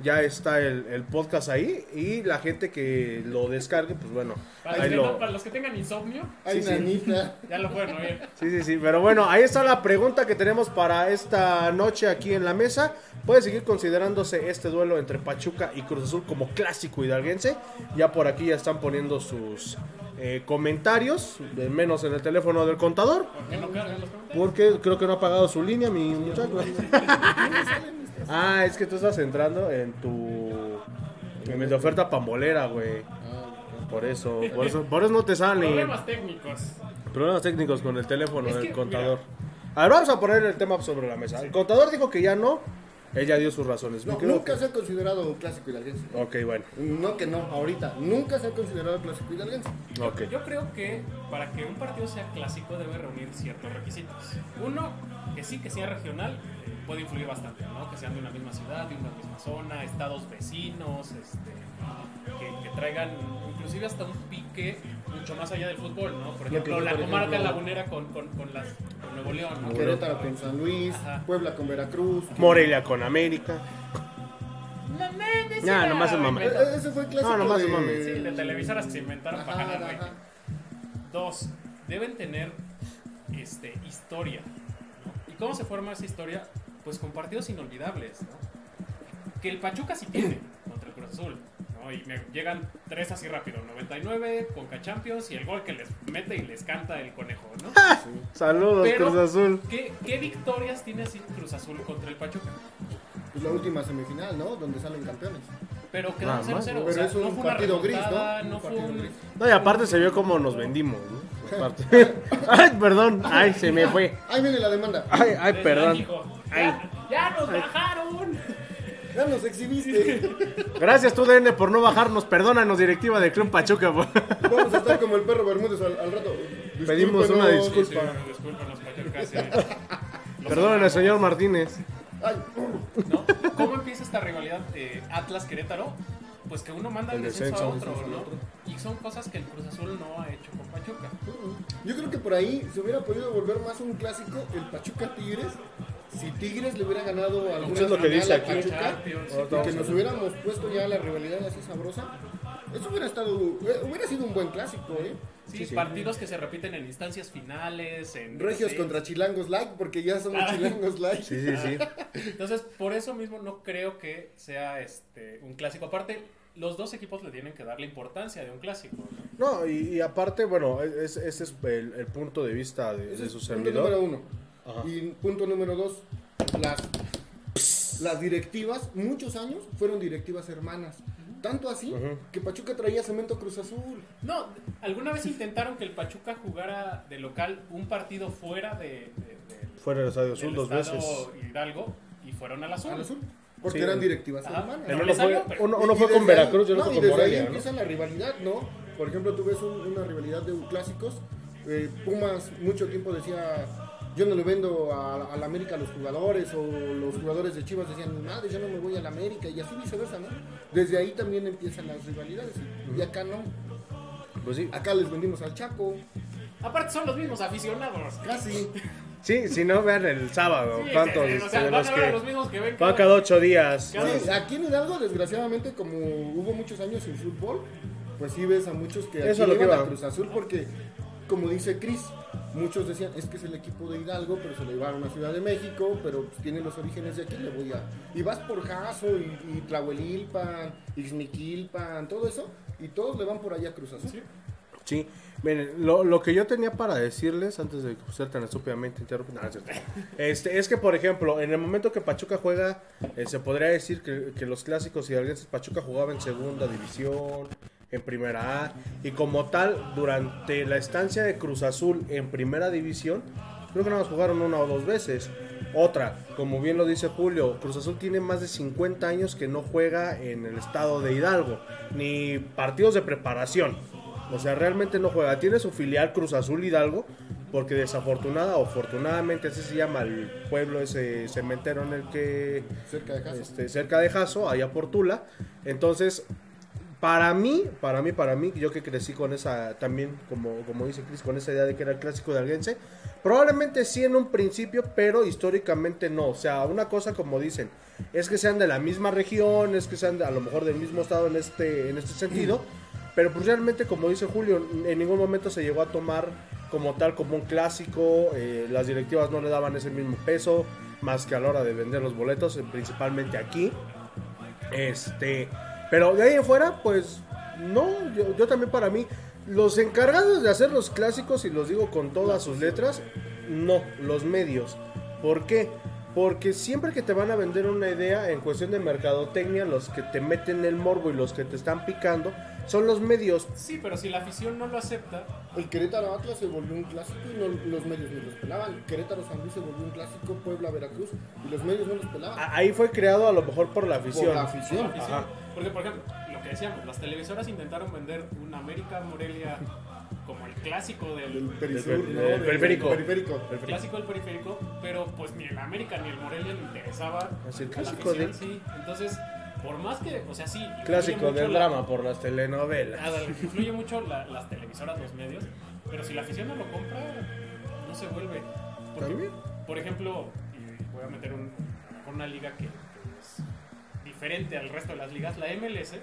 A: ya está el, el podcast ahí y la gente que lo descargue, pues bueno,
C: para, los
A: ahí
C: que
A: lo...
C: no- para los que tengan insomnio,
B: Ay,
A: Sí, sí.
B: nanita.
C: ya lo pueden oír.
A: Sí, sí, sí. Pero bueno, ahí está la pregunta que tenemos para esta noche aquí en la mesa. Puede seguir considerándose este duelo entre Pachuca y Cruz Azul como clásico hidalguense. Ya por aquí ya están poniendo sus eh, comentarios, de menos en el teléfono del contador,
C: Porque no cargan los comentarios.
A: porque creo que no ha pagado su línea, mi muchacho. ah, es que tú estás entrando en tu. En el de oferta pambolera, güey.
C: Ah,
A: Por eso, por eso, por eso no te sale.
C: Problemas técnicos.
A: Problemas técnicos con el teléfono
C: Es
A: del
C: que,
A: contador. A ver, vamos a poner el tema sobre la mesa. El contador dijo que ya no. Ella dio sus razones.
B: No,
A: Creo
B: nunca
A: que-
B: se ha considerado un clásico hidalguense.
A: Ok, bueno.
B: No que no, ahorita. Nunca se ha considerado clásico hidalguense.
A: Ok.
C: Yo creo que para que un partido sea clásico debe reunir ciertos requisitos. Uno, que sí que sea regional, eh, puede influir bastante, ¿no? Que sean de una misma ciudad, de una misma zona, estados vecinos, este, que, que traigan inclusive hasta un pique mucho más allá del fútbol, ¿no? Por ejemplo,
B: yo,
C: la
B: por
C: comarca
B: ejemplo-
C: lagunera con, con, con las, con Nuevo León, ¿no?
B: Querétaro con San Luis,
C: Ajá.
B: Puebla con Veracruz.
A: Morelia con América.
C: No mames,
A: Nah,
C: era-
A: nomás es mamá.
B: Eh, eh, Ese fue el clásico.
A: No, nomás
B: de...
A: es mame.
C: Sí, de televisoras que se inventaron
B: Ajá,
C: para ganar
B: ajá.
C: rating. Dos, deben tener este, historia. ¿no? ¿Y cómo se forma esa historia? Pues con partidos inolvidables, ¿no? Que el Pachuca sí tiene contra el Cruz Azul, ¿no? Y me llegan tres así rápido, 99, Conca Champions y el gol que les mete y les canta el conejo, ¿no?
A: Saludos,
C: Pero-
A: Cruz Azul.
C: ¿Qué, qué victorias tiene así Cruz Azul contra el Pachuca?
B: Pues la última semifinal, ¿no? Donde salen campeones.
C: Pero
A: Nada
C: quedaron
A: más,
C: 0-0, o
B: pero
C: sea,
B: es un
C: no fue una
B: partido gris, ¿no?
C: remontada,
B: Un
C: no fue
B: partido
C: un...
B: gris.
A: No, y aparte se vio cómo nos vendimos. ¿no? Aparte- Ay, perdón. Ay, se me fue.
B: Ahí viene la demanda.
A: Ay, ay,
C: Desde
A: perdón.
C: México.
A: Ay.
C: Ya, ya nos bajaron.
B: Ya nos exhibiste.
A: Gracias, tú, DN, por no bajarnos. Perdónanos, directiva del Club Pachuca. por-
B: Vamos a estar como el perro Bermúdez al, al rato.
A: Pedimos una
B: Discúlpenos.
A: disculpa.
C: Sí, disculpen los Pachucas, sí. Los
A: Perdónanos,
C: amamos,
A: señor Martínez.
B: Ay,
C: ¿no? ¿Cómo empieza esta rivalidad eh, Atlas-Querétaro? Pues que uno manda el
A: El
C: descenso a
A: descenso,
C: otro,
A: el
C: ¿no?
A: descenso
C: Y son cosas que el Cruz Azul no ha hecho con Pachuca.
B: Yo creo que por ahí se hubiera podido volver más un clásico el Pachuca Tigres. Si Tigres le hubiera ganado alguna
A: es lo que
B: final
A: dice
B: a
A: aquí.
B: Pachuca
C: Ah, Champions,
A: Ahora
B: y que nos hubiéramos puesto ya la rivalidad así sabrosa, eso hubiera estado eh, hubiera sido un buen clásico, ¿eh?
C: Sí,
A: Sí, sí.
C: partidos que se repiten en instancias finales, en... este,
B: Regios
C: sí. Ah.
B: contra Chilangos Like, porque ya somos Chilangos Like.
A: Sí, sí, sí.
C: Entonces, por eso mismo no creo que sea este un clásico. Aparte, los dos equipos le tienen que dar la importancia de un clásico. ¿no?
A: No, y, y aparte, bueno, es- ese es el, el punto de vista de,
B: Ese
A: de su
B: es punto número
A: servidor.
B: uno.
A: Ajá.
B: Y punto número dos, las, las directivas, muchos años fueron directivas hermanas. Tanto así
A: Ujú.
B: que Pachuca traía cemento Cruz Azul.
C: No, alguna vez intentaron que el Pachuca jugara de local un partido fuera de, de- del-
A: Fuera del Estadio
C: del
A: Azul dos
C: estado
A: veces.
C: Hidalgo y fueron al azul.
B: al azul, Porque
A: Sí.
B: eran directivas
C: Ajá.
B: hermanas.
A: En
C: Pero le
A: uno, fue,
C: salió, pero-
A: uno-
B: Y-
A: uno
B: y
A: fue con
B: desde ahí-
A: Veracruz y
B: no,
A: otro
B: y
A: con
B: desde ahí
A: Morelia. ¿no?
B: empieza la rivalidad, ¿no? por ejemplo, tú ves un- una rivalidad de clásicos. eh, Pumas mucho tiempo decía, yo no le vendo a, a la América a los jugadores, o los jugadores de Chivas decían, madre, yo no me voy a la América, y así viceversa, ¿no? Desde ahí también empiezan las rivalidades, y- y acá no.
A: Pues sí.
B: Acá les vendimos al Chaco,
C: Aparte son los mismos aficionados.
B: casi.
A: Sí, si no, vean el sábado.
C: Sí,
A: ¿Cuántos
C: sí, sí, o sea, van
A: tenemos
C: a ver a los
A: que.?
C: mismos que ven
A: Va
C: cada-
A: cada ocho días.
C: Cada-
B: Sí, Pues, aquí en Hidalgo, desgraciadamente, como hubo muchos años sin fútbol, pues sí ves a muchos que
A: Eso
B: aquí
A: es lo que
B: llevan
A: iba.
B: a Cruz Azul porque, como dice Cris, muchos decían, es que es el equipo de Hidalgo, pero se lo llevaron a Ciudad de México, pero pues, tiene los orígenes de aquí, le voy a... Y vas por Jaso y, y Tlahuelilpan, Ixmiquilpan, todo eso, y todos le van por allá a Cruz Azul.
A: Sí, miren, lo, lo que yo tenía para decirles antes de ser tan estúpidamente interrumpido, no, no es cierto. este, es que, por ejemplo, en el momento que Pachuca juega, eh, se podría decir que, que los clásicos hidalguenses Pachuca jugaba en segunda división, en primera A, y como tal, durante la estancia de Cruz Azul en primera división, creo que nada más jugaron una o dos veces. Otra, como bien lo dice Julio, Cruz Azul tiene más de 50 años que no juega en el estado de Hidalgo, ni partidos de preparación. O sea, realmente no juega. Tiene su filial Cruz Azul Hidalgo, porque desafortunada o afortunadamente así se llama el pueblo, ese cementerio en el que
B: Cerca de Jaso.
A: este, cerca de Jaso, allá por Tula. Entonces, para mí, para mí, para mí, yo que crecí con esa, también, como, como dice Chris, con esa idea de que era el clásico de Alguense, probablemente sí en un principio, pero históricamente no. O sea, una cosa como dicen, es que sean de la misma región, es que sean de- a lo mejor del mismo estado en este, en este sentido, pero pues realmente, como dice Julio, en ningún momento se llegó a tomar como tal, como un clásico, eh, las directivas no le daban ese mismo peso, más que a la hora de vender los boletos, eh, principalmente aquí. Este, pero de ahí en fuera, pues no, yo, yo también para mí, los encargados de hacer los clásicos, y los digo con todas sus letras, no, los medios. ¿Por qué? Porque siempre que te van a vender una idea en cuestión de mercadotecnia, los que te meten el morbo y los que te están picando son los medios.
C: Sí, pero si la afición no lo acepta,
B: El Querétaro Atlas se volvió un clásico y no- los medios no los pelaban. Querétaro San Luis se volvió un clásico, Puebla Veracruz, y los medios no los pelaban.
A: A- Ahí fue creado a lo mejor por la afición.
B: Por la afición.
C: afición.
A: Ajá.
C: Porque, por ejemplo, lo que decíamos, las televisoras intentaron vender una América Morelia como el clásico
B: Del
C: del,
B: perisur,
A: del-
B: ¿no?
A: del
B: Del-
A: periférico.
B: del periférico.
C: clásico del periférico, pero pues ni el América ni el Morelia le interesaba.
A: Es el
C: a la
A: clásico
C: afición,
A: de-
C: sí. Entonces, por más que, o sea, sí. influye
A: Clásico
C: mucho
A: del
C: la-
A: drama por las telenovelas.
C: Nada, influye mucho la- las televisoras, los medios, pero si la afición no lo compra, no se vuelve. Porque,
A: También.
C: Por ejemplo, y voy a meter un- una liga que, que es diferente al resto de las ligas, la MLS.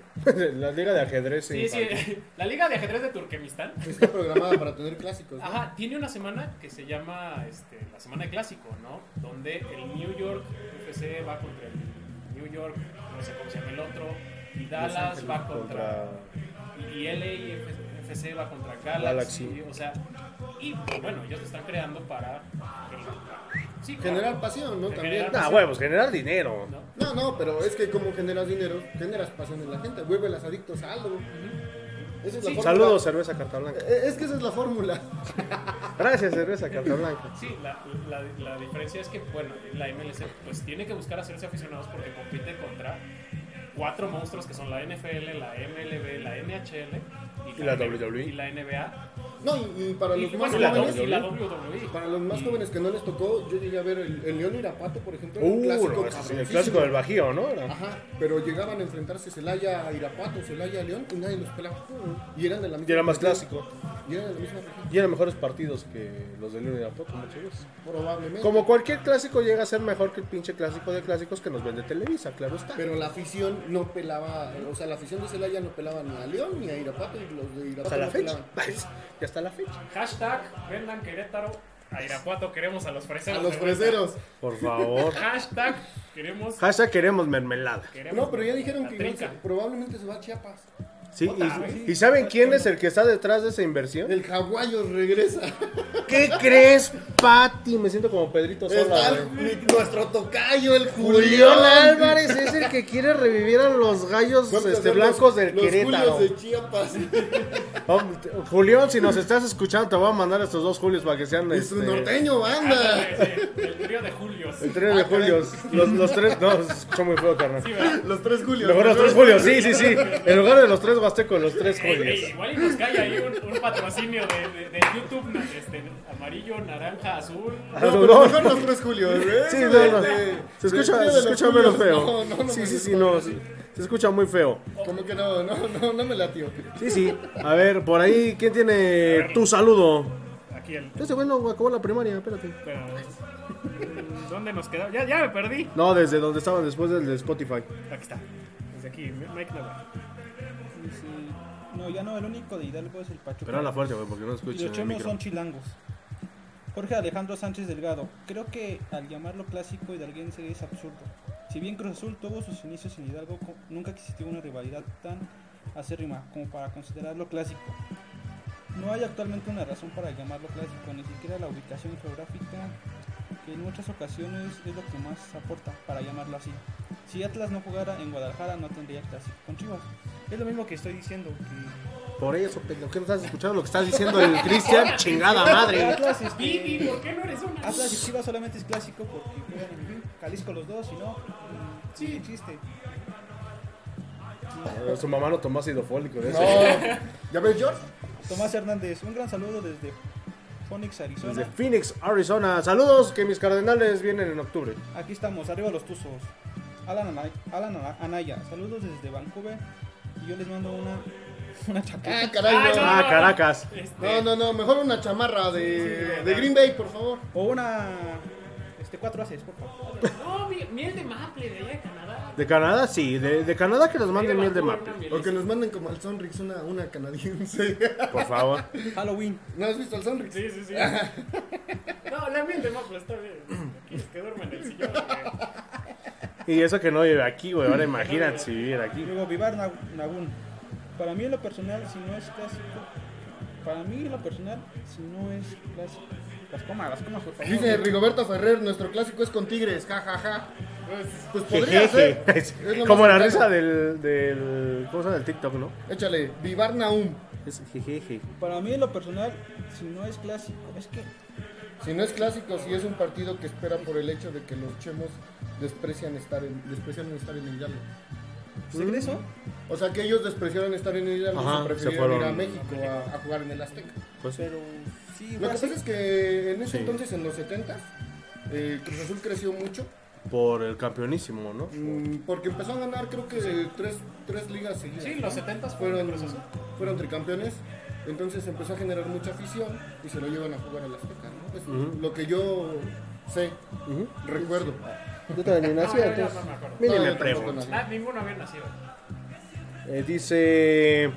A: la liga de ajedrez.
C: Sí, sí,
A: infantil.
C: la liga de ajedrez de Turkmenistán.
B: Está programada para tener clásicos. ¿no?
C: Ajá, tiene una semana que se llama este, la semana de clásico, ¿no? Donde el New York FC va contra el New York, no sé cómo se llama el otro, y Dallas va contra, y LAFC va contra Galaxy,
A: Galaxy.
C: o sea, y bueno, ellos lo están creando para el- sí, claro.
B: Generar pasión, ¿no? También.
C: Generar-
A: Nah, Ah, huevos, generar dinero.
C: ¿no?
B: No, no, pero es que como generas dinero, generas pasión en la gente. Vuelvelas adictos a algo. Esa es la fórmula.
A: Saludos, cerveza carta blanca.
B: Eh, Es que esa es la fórmula.
A: Gracias, cerveza carta blanca.
C: Sí, la, la- la diferencia es que, bueno, la MLC pues tiene que buscar hacerse aficionados porque compite contra cuatro monstruos que son la NFL, la MLB, la NHL
A: Y la WWE.
C: Y la NBA.
B: No, y, y para
C: Y,
B: los más
C: bueno, la
B: jóvenes.
C: y la WWE.
B: Para los más jóvenes que no les tocó, yo llegué a ver el, el León Irapato, por ejemplo. era
A: Uh, no, ese sí, el clásico del Bajío, ¿no? Era-
B: Ajá, pero llegaban a enfrentarse Celaya a Irapato, Celaya a León y nadie los pelaba. Y eran de la misma
A: Y era más
B: región.
A: clásico.
B: Y eran de la misma región,
A: Y eran mejores partidos que los del León y Irapuato, muchos veces.
B: probablemente.
A: Como cualquier clásico llega a ser mejor que el pinche clásico de clásicos que nos vende Televisa, claro está.
B: Pero la afición no pelaba, o sea, la afición de Celaya no pelaba ni a León ni a Irapato y los de Irapato
A: Hasta la
B: no
A: fecha.
B: pelaban.
A: Y hasta la fecha.
C: Hashtag vendan Querétaro. A Irapuato queremos a los
B: A
C: freseros.
B: los
C: de vuelta.
B: freseros.
A: Por favor.
C: Hashtag queremos.
A: Hashtag queremos mermelada.
C: queremos
B: No, pero ya dijeron
C: la
B: que
C: trinca.
B: Ignacio probablemente se va a Chiapas.
A: Sí,
C: Otra vez.
A: y, ¿Y saben quién es el que está detrás de esa inversión?
B: El Hawaiios regresa.
A: ¿Qué crees, Pati? Me siento como Pedrito
B: Está
A: Sola.
B: el-
A: güey.
B: mi- nuestro tocayo, el
A: Julián
B: Julián
A: Álvarez es el que quiere revivir a los gallos
B: Vamos a
A: este,
B: hacer
A: blancos
B: los-
A: del
B: los
A: Querétaro.
B: Julios de Chiapas.
A: Oh, te- Julián, si nos estás escuchando, te voy a mandar estos dos Julios para que sean
B: Es un
A: este,
B: norteño, banda.
C: Ándale, sí, El trío de Julio.
A: el tren
B: Ah,
A: de Julios. Los, los tres, no, son muy feo, carnal.
C: Sí, ¿verdad?
B: Los tres Julios.
A: Mejor los tres Julios, sí, sí, sí. En lugar de los tres basté con los tres
C: Ey, ey,
A: juegos.
C: Eh, igual y nos cae ahí un, un patrocinio de, de- de YouTube na- este, amarillo, naranja, azul.
B: No, pero mejor los tres Julios, ¿eh?
A: Sí,
B: De-
A: no, no.
B: de-
A: Se
B: de-
A: escucha,
B: de-
A: se
B: de los
A: escucha menos
B: Julios,
A: feo.
B: No, no, no
A: sí,
B: me
A: sí, sí,
B: gusta.
A: no. sí. Se escucha muy feo.
B: Como que no, no, no, no me latió.
A: Sí, sí. A ver, por ahí, ¿quién tiene tu saludo?
C: Aquí el.
A: Ese Este güey no acabó la primaria, espérate.
C: pero, ¿Dónde nos quedamos? Ya, ya me perdí.
A: No, desde donde estaban después del de Spotify.
C: Aquí está. Desde aquí, Mike Navarro.
D: Dice, No, ya no, el único de Hidalgo es el Pachuca.
A: Pero habla fuerte, güey, porque no
D: Y
A: escucho.
D: los
A: el
D: cholos
A: micro.
D: son chilangos. Jorge Alejandro Sánchez Delgado. Creo que al llamarlo clásico hidalguense es absurdo. Si bien Cruz Azul tuvo sus inicios en Hidalgo, co- nunca existió una rivalidad tan acérrima como para considerarlo clásico. No hay actualmente una razón para llamarlo clásico, ni siquiera la ubicación geográfica, que en muchas ocasiones es lo que más aporta para llamarlo así. Si Atlas no jugara en Guadalajara, no tendría clásico con Chivas. Es lo mismo que estoy diciendo. Que
A: Por eso, pendejo, ¿qué no estás escuchando lo que estás diciendo el Cristian? Chingada madre.
D: Atlas, este,
C: Vivi, ¿por qué no eres una?
D: Atlas y Chivas solamente es clásico porque juegan en Jalisco los dos, si no, mm, sí, existe.
A: Eh, Su mamá no tomó ácido fólico de
B: No.
A: eso.
B: ¿Ya ves, George?
D: Tomás Hernández, un gran saludo desde Phoenix, Arizona.
A: Desde Phoenix, Arizona. Saludos, que mis cardenales vienen en octubre.
D: Aquí estamos, arriba los tuzos. Alan, Ana- Alan Ana- Anaya, saludos desde Vancouver. Y yo les mando una, una chaqueta.
B: Ah, caray,
C: Ay,
B: no. este.
C: no.
A: Ah, Caracas.
B: No, no, no, mejor una chamarra de, de Green Bay, por favor.
D: O una. Este, cuatro haces, por favor.
C: No, mi- miel de maple de allá de Canadá.
A: De Canadá, sí. De, de Canadá que nos manden miel de
C: Una
A: maple.
B: O que
C: mielecita.
B: nos manden como al Sonrix una, una canadiense.
A: Por favor.
D: Halloween.
B: ¿No has visto al Sonrix?
C: Sí, sí, sí. No, la miel de maple está bien. Quieres que duerma en el sillón. eh. güey.
A: Y eso que no vive aquí, güey. Ahora imagínate si viviera aquí.
D: Luego, Vivar Nag- Nagún. Para mí, en lo personal, si no es clásico. Para mí, en lo personal, si no es clásico. Las comas, las comas, por favor.
B: Dice Rigoberto Ferrer, nuestro clásico es con Tigres, jajaja. Pues, pues podría
A: Jejeje.
B: ser.
A: Es
B: Es lo
A: Como
B: más
A: la
B: cercano.
A: risa del, del. ¿Cómo se llama? Del TikTok, ¿no?
B: Échale, Vivar Naum.
A: Es jejeje.
D: Para mí en lo personal, si no es clásico, es que
B: Si no es clásico, si es un partido que espera por el hecho de que los chemos desprecian estar en, desprecian estar en Hidalgo.
D: regreso.
A: Mm.
B: O sea, que ellos despreciaron estar en Hidalgo
A: Ajá,
B: y
A: se
B: prefirieron
A: fueron
B: ir a México a, a jugar en el Azteca.
A: Pues
D: Pero
B: Lo
D: sí, fue
B: que
D: así.
B: pasa es que en ese
A: Sí.
B: entonces, en los 70, eh, Cruz Azul creció mucho
A: por el campeonísimo, ¿no?
B: mm, porque empezó a ganar, creo que tres, tres ligas seguidas.
C: Sí,
B: ¿no?
C: los 70 fueron
B: fueron,
C: Cruz Azul.
B: fueron tricampeones. Entonces empezó a generar mucha afición y se lo llevan a jugar al Azteca. ¿no? Es Lo que yo sé,
A: Ujú.
B: recuerdo.
A: Yo también
C: No, yo ya no me acuerdo.
A: Mire,
B: No,
A: me
B: yo tampoco
A: pregunto.
B: nadie.
C: Ah, ninguno había nacido.
A: Eh, dice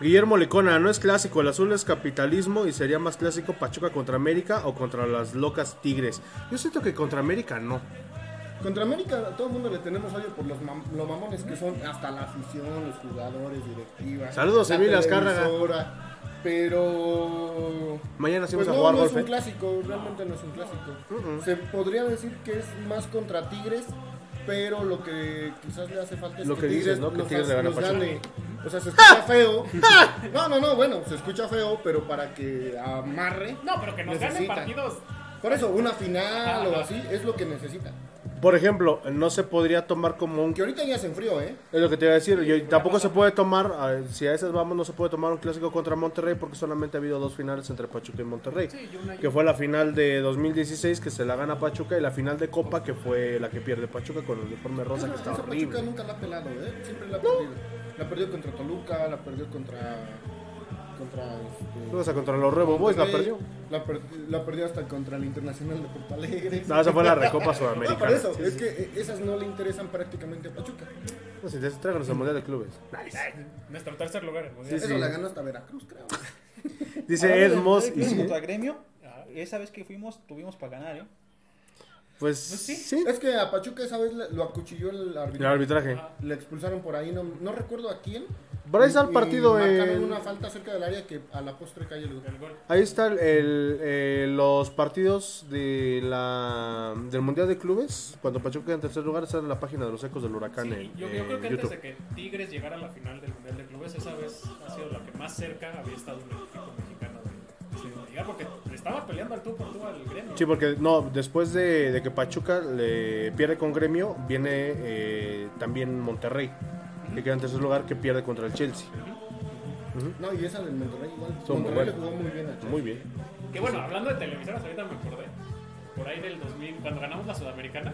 A: Guillermo Lecona, no es clásico, el azul es capitalismo y sería más clásico Pachuca contra América o contra las locas Tigres. Yo siento que contra América no.
B: Contra América a todo el mundo le tenemos odio por los mam- lo mamones que son hasta la afición, los jugadores, directivas.
A: Saludos,
B: la
A: Emilio Azcárraga.
B: televisora, Pero...
A: Mañana sí
B: Pues
A: vamos a
B: no,
A: jugar
B: no es
A: golf.
B: un
A: ¿eh?
B: clásico, realmente no es un clásico.
A: Mm, mm.
B: Se podría decir que es más contra Tigres, pero lo que quizás le hace falta es
A: Lo que dices, ¿no? Que
B: nos
A: Tigres
B: ha-
A: le gana a
B: nos
A: Pachuca.
B: gane. O sea, se escucha feo. No, no, no, bueno, se escucha feo, pero para que amarre.
C: No, pero que nos ganen
B: Necesitan.
C: partidos.
B: Por eso, una final
C: Ajá,
B: o
C: ajá.
B: así es lo que necesita.
A: Por ejemplo, no se podría tomar como un...
B: Que ahorita ya se enfrió, ¿eh?
A: Es lo que te iba a decir, yo- tampoco se puede tomar, eh, si a esas vamos, no se puede tomar un clásico contra Monterrey porque solamente ha habido dos finales entre Pachuca y Monterrey.
C: Sí, y una-
A: Que fue la final de 2016 que se la gana Pachuca y la final de Copa que fue la que pierde Pachuca con el uniforme rosa que
B: Esa
A: está
B: Pachuca
A: horrible.
B: nunca la ha pelado, ¿eh? Siempre la ha perdido. La perdió contra Toluca, la perdió contra. contra. este,
A: Luego se contra los Rebo Boys la perdió.
B: La, per- la perdió hasta contra el Internacional de Porto Alegre.
A: No, esa fue la Recopa
B: No,
A: Sudamericana.
B: por eso,
A: Sí,
B: es
A: sí.
B: que eh, esas no le interesan prácticamente a Pachuca.
A: No, si te tráiganos al Mundial de Clubes.
C: Nuestro tercer lugar. o sea,
A: Sí,
B: Eso
A: sí.
B: la ganó hasta Veracruz, creo.
A: Dice
D: Hablando de-
A: Edmos,
D: de-
A: y sí,
D: contra Gremio,
C: Ah.
D: esa vez que fuimos tuvimos para ganar, ¿eh?
A: pues
C: sí.
A: sí,
B: Es que a Pachuca esa vez le- lo acuchilló el
A: el
B: árbitro.
A: arbitraje.
B: Le expulsaron por ahí, no, no recuerdo a quién.
A: Por ahí está el
B: Y- y
A: partido
B: Marcaron
A: en-
B: una falta cerca del área que a la postre cayó el gol.
C: El gol.
A: Ahí están el, eh, los partidos de la, del Mundial de Clubes. Cuando Pachuca queda en tercer lugar, están en la página de los Ecos del Huracán
C: Sí,
A: en
C: yo, yo
A: en
C: creo que antes
A: eh, YouTube.
C: de que Tigres llegara a la final del Mundial de Clubes, esa vez ha sido la que más cerca había estado un equipo mexicano de, de llegar, porque le estaba peleando al tú por tú al gremio.
A: Sí, porque no, después de, de que Pachuca le pierde con Gremio, viene eh, también Monterrey. que queda en tercer lugar, que pierde contra el Chelsea.
B: No, y esa del Monterrey igual.
A: Son muy
B: Monterrey le
A: buenos.
B: jugó muy bien al Chelsea.
A: Muy bien.
C: Que bueno, hablando de televisoras, ahorita me acordé. Por ahí del 2000, cuando ganamos la Sudamericana,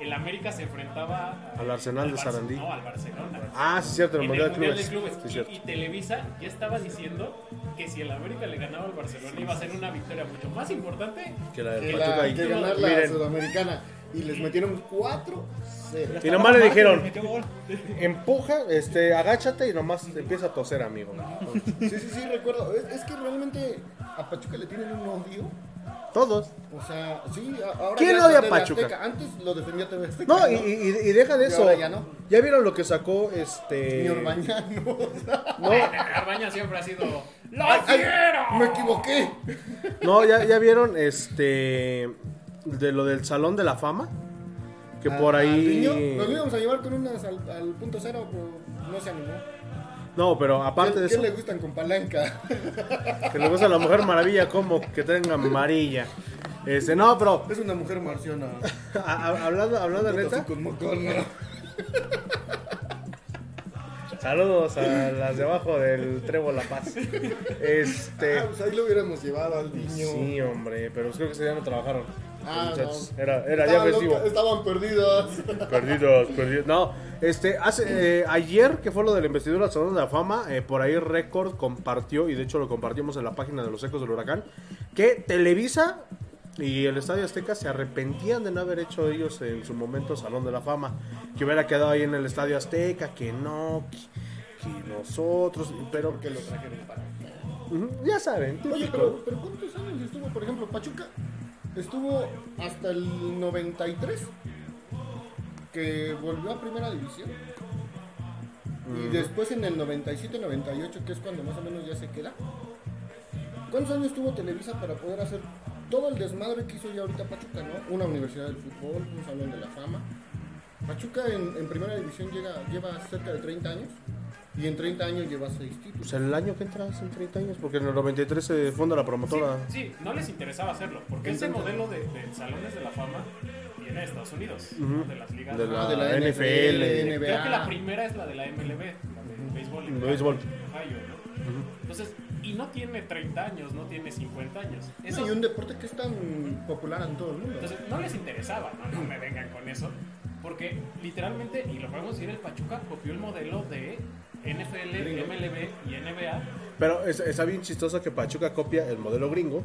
C: el América se enfrentaba a-
A: Al Arsenal de
C: Barce-
A: Sarandí.
C: No, al Barcelona.
A: Ah, sí, cierto,
C: en
A: el
C: el
A: Mundial de Clubes.
C: de Clubes.
A: Sí,
C: Y-
A: cierto.
C: y, Televisa ya estaba diciendo que si el América le ganaba al Barcelona iba a ser una victoria mucho más importante.
A: Que la
B: Que,
A: de
B: la-
A: Pachuca y-
B: que ganar la
A: Miren.
B: Sudamericana. Y les metieron 4-0.
A: Y nomás le dijeron,
D: metió gol.
A: empuja, este, agáchate y nomás empieza a toser, amigo.
B: Sí, sí, sí, recuerdo. Es, es que realmente a Pachuca le tienen un odio.
A: Todos.
B: O sea, sí, a- ahora.
A: ¿Quién
B: ya
A: odia
B: es
A: a
B: TV
A: Pachuca?
B: Azteca. Antes lo defendía TV Azteca.
A: No, y, y- y deja de
B: Y
A: eso.
B: ahora ya no.
A: Ya vieron lo que sacó este.
B: Ni Orbañano. o sea,
A: No,
C: eh, Arbaña siempre ha sido ¡Lo
B: ¡ay, ay!
C: quiero!
B: me equivoqué.
A: no ya, ya vieron este. De lo del Salón de la Fama. Que por
B: Al- Ah, al
A: ahí.
B: niño, Nos íbamos a llevar con unas al, al punto cero, pero no se animó.
A: No, pero aparte
B: ¿Qué,
A: de
B: qué
A: eso,
B: le gustan con palanca?
A: que le gusta a la Mujer Maravilla, como que tenga amarilla. Este, no, pero
B: Es una mujer marciana.
A: a- a- hablando, hablando
B: Así
A: neta,
B: con mocorno.
A: saludos a las de abajo del Trébol La Paz. Este.
B: Ah, pues ahí lo hubiéramos llevado al niño.
A: Sí, hombre, pero pues creo que ese día no trabajaron.
B: Ah,
A: Los muchachos.
B: no.
A: Era, era día
B: Estaban
A: festivo.
B: loca- Estaban perdidos.
A: Perdidos, perdidos. No, este, hace, eh, ayer que fue lo de la investidura del Salón de la Fama, eh, por ahí Record compartió, y de hecho lo compartimos en la página de los Ecos del Huracán, que Televisa y el Estadio Azteca se arrepentían de no haber hecho ellos en su momento Salón de la Fama, que hubiera quedado ahí en el Estadio Azteca, que no, que, que nosotros, pero
B: Porque lo trajeron para acá.
A: Ujú, ya saben.
B: Oye,
A: típico.
B: pero, pero ¿cuántos años estuvo, por ejemplo, Pachuca? Estuvo hasta el 93, que volvió a primera división. Y después en el 97-98, que es cuando más o menos ya se queda. ¿Cuántos años tuvo Televisa para poder hacer todo el desmadre que hizo ya ahorita Pachuca, no? Una universidad del fútbol, un salón de la fama. Pachuca en, en primera división llega, lleva cerca de 30 años. Y en 30 años lleva 6 títulos.
A: Pues el año que entra son 30 años, porque en el 93 se funda la promotora.
C: Sí, no les interesaba hacerlo, porque ese modelo de, de salones de la fama viene de Estados Unidos, ¿no? de las ligas.
A: De la,
B: Ah, de la
A: NFL.
B: NFL.
C: Creo
B: NBA.
C: que la primera es la de la MLB, la de béisbol. en
A: Béisbol.
C: Ohio, ¿no? Entonces, y no tiene 30 años, no tiene 50 años. Eso,
B: Y un deporte que es tan popular en todo el mundo.
C: Entonces, no les interesaba, ¿no? no me vengan con eso. Porque literalmente, y lo podemos decir, el Pachuca copió el modelo de NFL,
B: Gringo.
C: MLB y NBA.
A: Pero es- está bien chistoso que Pachuca copia el modelo gringo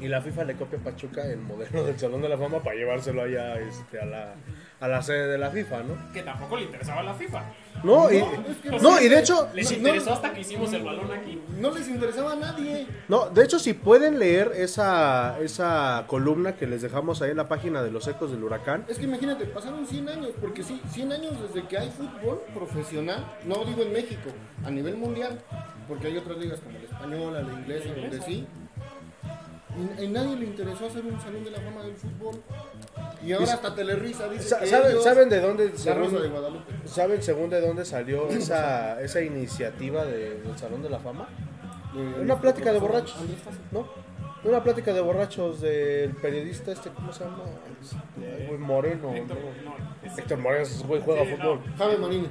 A: y la FIFA le copia a Pachuca el modelo del Salón de la Fama para llevárselo allá este, a, la, a la sede de la FIFA, ¿no?
C: que tampoco le interesaba a la FIFA.
A: No, y,
B: es que-
A: no, y de hecho,
C: Les
B: No,
C: interesó
B: no.
C: hasta que hicimos el balón aquí.
B: No les interesaba a nadie.
A: no, de hecho, si pueden leer esa, esa columna que les dejamos ahí en la página de los ecos del huracán,
B: Es que imagínate, pasaron 100 años, porque sí, 100 años desde que hay fútbol profesional, no digo en México, a nivel mundial, porque hay otras ligas como la española, la inglesa, donde sí. Y, y nadie le interesó hacer un salón de la fama del fútbol. Y ahora hasta Telerisa dice
A: Sa-
B: que
A: ¿saben,
B: ellos-
A: ¿saben de dónde
B: La Rosa de
A: según-
B: Guadalupe.
A: ¿Saben según de dónde salió esa, esa iniciativa de- del Salón de la Fama? Una plática de borrachos, ¿no? Una plática de borrachos del periodista este, ¿cómo se llama? Este, güey, Moreno.
C: Héctor,
A: ¿no?
C: no, es-
A: Héctor Moreno, ese güey juega
C: Sí,
A: fútbol.
B: Javi Marín.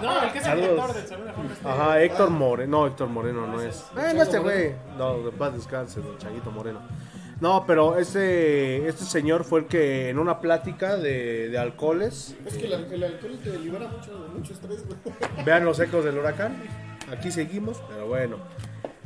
C: no, el que es el
A: Saludos.
C: director del Salón de la Fama. este-
A: Ajá, Héctor Moreno. No, Héctor Moreno no es.
C: Ese
A: Ah, no, este güey. No, de paz descanse, don Changuito Moreno. No, pero ese, este señor fue el que en una plática de, de alcoholes,
B: Es que el, el alcohol te libera mucho, mucho estrés, güey.
A: Vean los ecos del huracán. Aquí seguimos, pero bueno.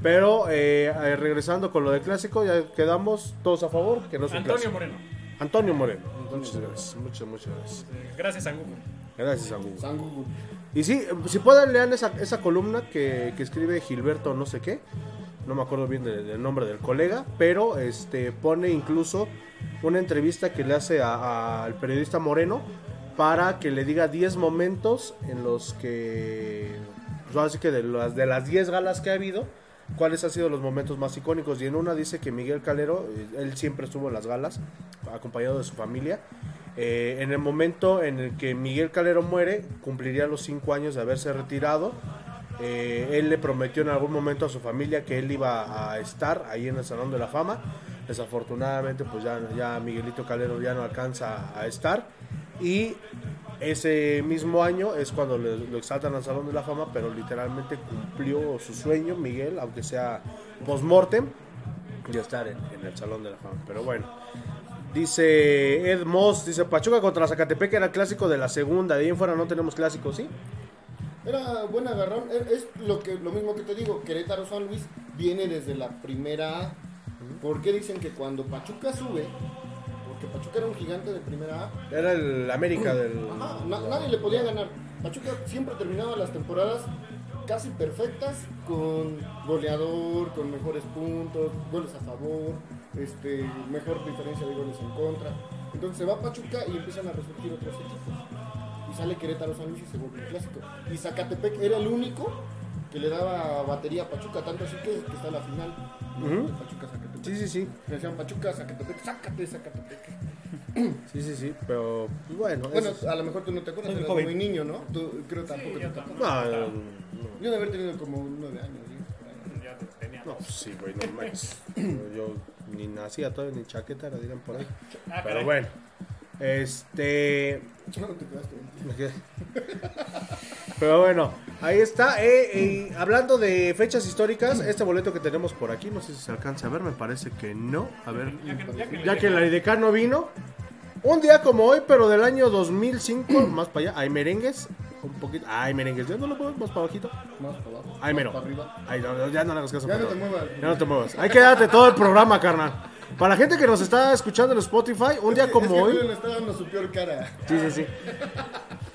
A: Pero eh, eh, regresando con lo del clásico, ya quedamos todos a favor. Que no es un
C: Antonio
A: clásico.
C: Moreno.
A: Antonio Moreno. muchas gracias, muchas, muchas gracias.
C: Eh, Gracias a Google.
A: Gracias a Google.
B: San Google.
A: Y sí, eh, si pueden leer esa, esa columna que, que escribe Gilberto no sé qué. No me acuerdo bien del, del nombre del colega, pero este pone incluso una entrevista que le hace a- a- al periodista Moreno para que le diga 10 momentos en los que, pues ahora sí que de las, de las 10 galas que ha habido, cuáles han sido los momentos más icónicos. Y en una dice que Miguel Calero, eh, él siempre estuvo en las galas, acompañado de su familia. Eh, en el momento en el que Miguel Calero muere, cumpliría los 5 años de haberse retirado. Eh, él le prometió en algún momento a su familia que él iba a estar ahí en el Salón de la Fama. Desafortunadamente, pues ya, ya Miguelito Calero ya no alcanza a estar. Y Ese mismo año es cuando le- lo exaltan al Salón de la Fama, pero literalmente cumplió su sueño, Miguel, aunque sea post-mortem, de estar en, en el Salón de la Fama. Pero bueno, dice Ed Moss, dice Pachuca contra Zacatepec era el clásico de la segunda, de ahí en fuera no tenemos clásicos, ¿sí?
B: Era buen agarrón, e- es lo que lo mismo que te digo, Querétaro San Luis viene desde la primera A. ¿Por qué dicen que cuando Pachuca sube, porque Pachuca era un gigante de primera A,
A: Era el América del...
B: ajá, Ah, na- nadie le podía ganar. Pachuca siempre terminaba las temporadas casi perfectas con goleador, con mejores puntos, goles a favor, este, mejor diferencia de goles en contra. Entonces se va Pachuca y empiezan a resurgir otros equipos. Y sale Querétaro San Luis y se vuelve el clásico. Y Zacatepec era el único que le daba batería a Pachuca, tanto así que, que está la final
A: Ujú.
B: de Pachuca Zacatepec.
A: Sí, sí, sí,
B: Le decían Pachuca Zacatepec, sácate Zacatepec.
A: sí, sí, sí, pero pues, bueno,
B: Bueno,
A: eso-
B: a lo mejor tú no te acuerdas,
D: Soy muy
B: eras
D: joven.
B: muy niño, ¿no? Tú creo tampoco
E: Sí,
B: te
E: yo
B: acuerdas.
E: tampoco.
A: No,
E: estaba-
A: no, no.
B: Yo de haber tenido como nueve años, diez, por ahí.
E: Ya tenía.
A: No, pues sí, güey, no manches. Yo ni nacía todavía, ni chaqueta, la dirán por ahí.
E: Ah,
A: Pero
E: caray.
A: bueno, este.
B: No te quedaste bien.
A: me quedé. Pero bueno, ahí está. eh, eh, hablando de fechas históricas, este boleto que tenemos por aquí, no sé si se alcance a ver, me parece que no. A ver,
E: Ya que, ya que,
A: ya que la IDK no vino. Un día como hoy, pero del año 2005, más para allá, hay merengues. Un poquito, hay merengues, ya no lo puedo, más para bajito.
B: Más para abajo.
A: Ahí mero.
B: Para arriba.
A: Ay, no, no, ya no le hagas caso.
B: Ya no
A: perdón.
B: te muevas.
A: Ya no te muevas. Hay que darte todo el programa, carnal. Para la gente que nos está escuchando en Spotify, un día como
B: es que
A: hoy.
B: Julio le está dando su peor cara.
A: Sí, sí, sí.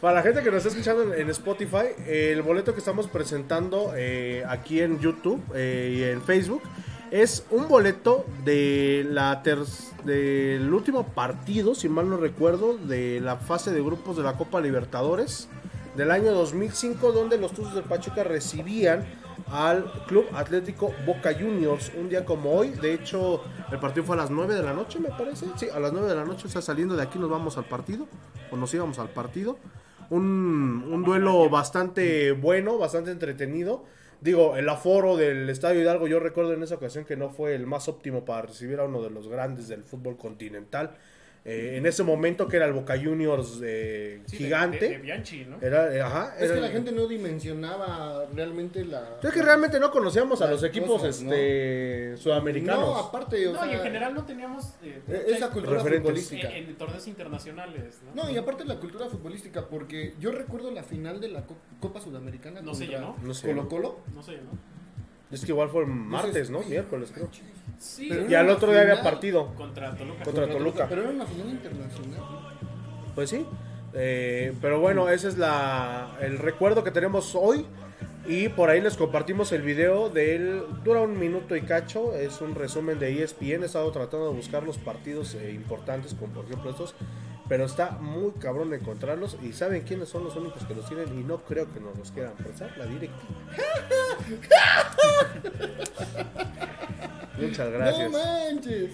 A: Para la gente que nos está escuchando en- en Spotify, eh, el boleto que estamos presentando eh, aquí en YouTube eh, y en Facebook es un boleto de la ter- del último partido, si mal no recuerdo, de la fase de grupos de la Copa Libertadores del año 2005, donde los Tuzos del Pachuca recibían al Club Atlético Boca Juniors un día como hoy. De hecho, el partido fue a las 9 de la noche, me parece. Sí, a las 9 de la noche, o sea, saliendo de aquí nos vamos al partido, o nos íbamos al partido. Un, un duelo bastante bueno, bastante entretenido. Digo, el aforo del Estadio Hidalgo, yo recuerdo en esa ocasión que no fue el más óptimo para recibir a uno de los grandes del fútbol continental. Eh, en ese momento que era el Boca Juniors eh,
E: sí, de-
A: gigante.
E: De, de Bianchi, ¿no?
A: Era, eh, ajá,
B: Es
A: era-
B: que la gente no dimensionaba realmente la.
A: Yo es que realmente no conocíamos a
B: Las
A: los equipos
B: cosas, ¿no?
A: este, sudamericanos.
B: No, aparte, o
E: No,
B: sea,
E: y en general Eh, no teníamos eh,
A: e-
B: eh,
E: mucha-
B: esa cultura
A: Referentes.
B: futbolística.
E: en, en torneos internacionales, ¿no?
B: No, y aparte la cultura futbolística, porque yo recuerdo la final de la Co- Copa Sudamericana
E: No se
B: contra
E: llenó.
A: No se
B: Colo Colo.
E: No sé, ¿no?
A: Es que igual fue martes, ¿no? Miércoles, creo.
E: Sí,
B: Pero
A: Y al otro día había
B: Final.
A: partido
E: contra Toluca.
A: contra Toluca.
B: Pero era una final internacional.
A: Pues sí. Eh, pero bueno, ese es la, el recuerdo que tenemos hoy. Y por ahí les compartimos el video del... Dura un minuto y cacho. Es un resumen de E ESPN. He estado tratando de buscar los partidos eh, importantes, como por ejemplo estos. Pero está muy cabrón encontrarlos. Y saben quiénes son los únicos que los tienen. Y no creo que nos los quieran prestar. La directiva. Muchas gracias.
B: ¡No manches!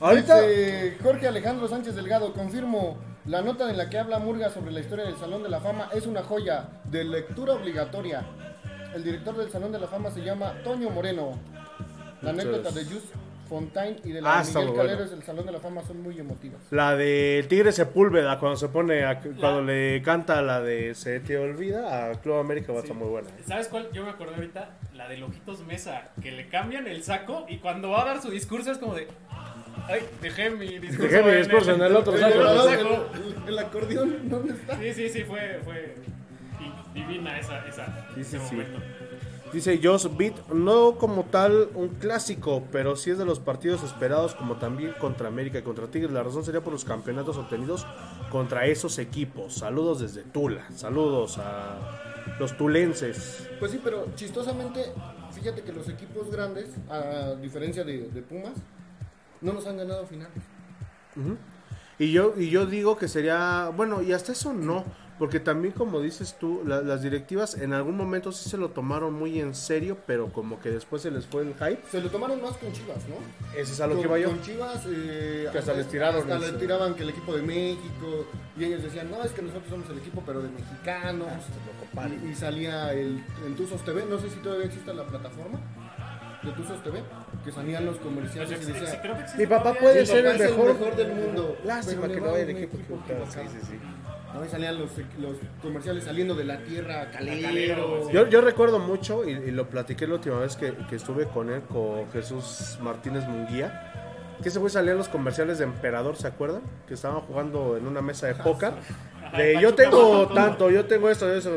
A: Ahorita...
B: Dice Jorge Alejandro Sánchez Delgado, confirmo, la nota en la que habla Murga sobre la historia del Salón de la Fama es una joya de lectura obligatoria. El director del Salón de la Fama se llama Toño Moreno. La
A: Muchas
B: anécdota de
A: gracias.
B: Just Fontaine y de la
A: Ah,
B: de
A: está
B: Miguel
A: muy bueno.
B: Calero del Salón de la Fama son muy emotivas.
A: La de Tigre Sepúlveda, cuando se pone, a- cuando le canta la de Se te olvida, a Club América va a estar muy buena. ¿eh?
E: ¿Sabes cuál? Yo me acordé ahorita, la de Lojitos Mesa, que le cambian el saco y cuando va a dar su discurso es como de. Ay, dejé mi discurso.
A: Dejé mi discurso en el otro
B: El,
A: saco".
E: saco.
B: acordeón, ¿dónde está?
E: Sí, sí, sí, fue, fue di- divina esa, esa
A: Sí, sí,
E: ese
A: sí.
E: momento.
A: Dice Joss Beat, no como tal un clásico, pero sí es de los partidos esperados, como también contra América y contra Tigres. La razón sería por los campeonatos obtenidos contra esos equipos. Saludos desde Tula, saludos a los tulenses.
B: Pues sí, pero chistosamente, fíjate que los equipos grandes, a diferencia de, de Pumas, no nos han ganado finales.
A: Ujú. Y yo, y yo digo que sería, bueno, y hasta eso no, porque también como dices tú, la- las directivas en algún momento sí se lo tomaron muy en serio, pero como que después se les fue el hype.
B: Se lo tomaron más con Chivas, ¿no?
A: Ese es a lo
B: con,
A: que va yo.
B: con Chivas, eh,
A: Que hasta les tiraron
B: hasta
A: eso.
B: le tiraban que el equipo de México, y ellos decían, no, es que nosotros somos el equipo, pero de mexicanos. y, y salía el, en Tuzos TV, no sé si todavía existe la plataforma de Tuzos TV, que salían los
E: Pues,
B: comerciales y
E: ex- ex-
B: decían,
E: creo que existe
A: Mi papá
E: todavía.
A: puede
B: "Mi
A: ser
B: papá
A: el
B: es
A: mejor,
B: del mundo.
A: Lástima que
B: pero
A: no
B: le va
A: haya
B: a
A: el
B: un
A: equipo que
B: equivocado".
A: Sí, sí, sí.
B: ¿no? Ahí salían los, los comerciales saliendo de la tierra, calero.
C: Calero, sí.
A: Yo, yo recuerdo mucho, y, y lo platiqué la última vez que, que estuve con él, con Jesús Martínez Munguía, que ese güey salía en los comerciales de Emperador, ¿se acuerdan? Que estaban jugando en una mesa de póker. De
C: Pachuca
A: yo tengo
C: mata todo".
A: tanto, yo tengo esto, yo eso.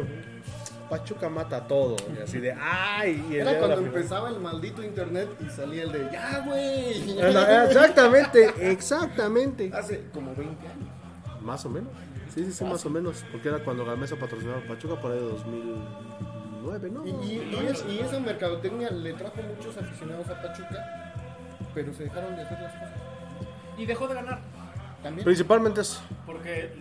A: Pachuca mata todo. Y así de, ¡ay! Y el día
B: Era
A: de
B: cuando
A: la final.
B: empezaba el maldito internet y salía el de ya, güey.
A: Era- Exactamente, exactamente.
B: Hace como 20 años.
A: Más o menos. Sí, sí, sí, más o menos. Porque era cuando Gamesa patrocinaba a Pachuca por ahí de 2009, ¿no?
B: Y, y- y es- y esa mercadotecnia le trajo muchos aficionados a Pachuca, pero se dejaron de hacer las cosas.
C: Y dejó de ganar.
B: También.
A: Principalmente eso.
C: Porque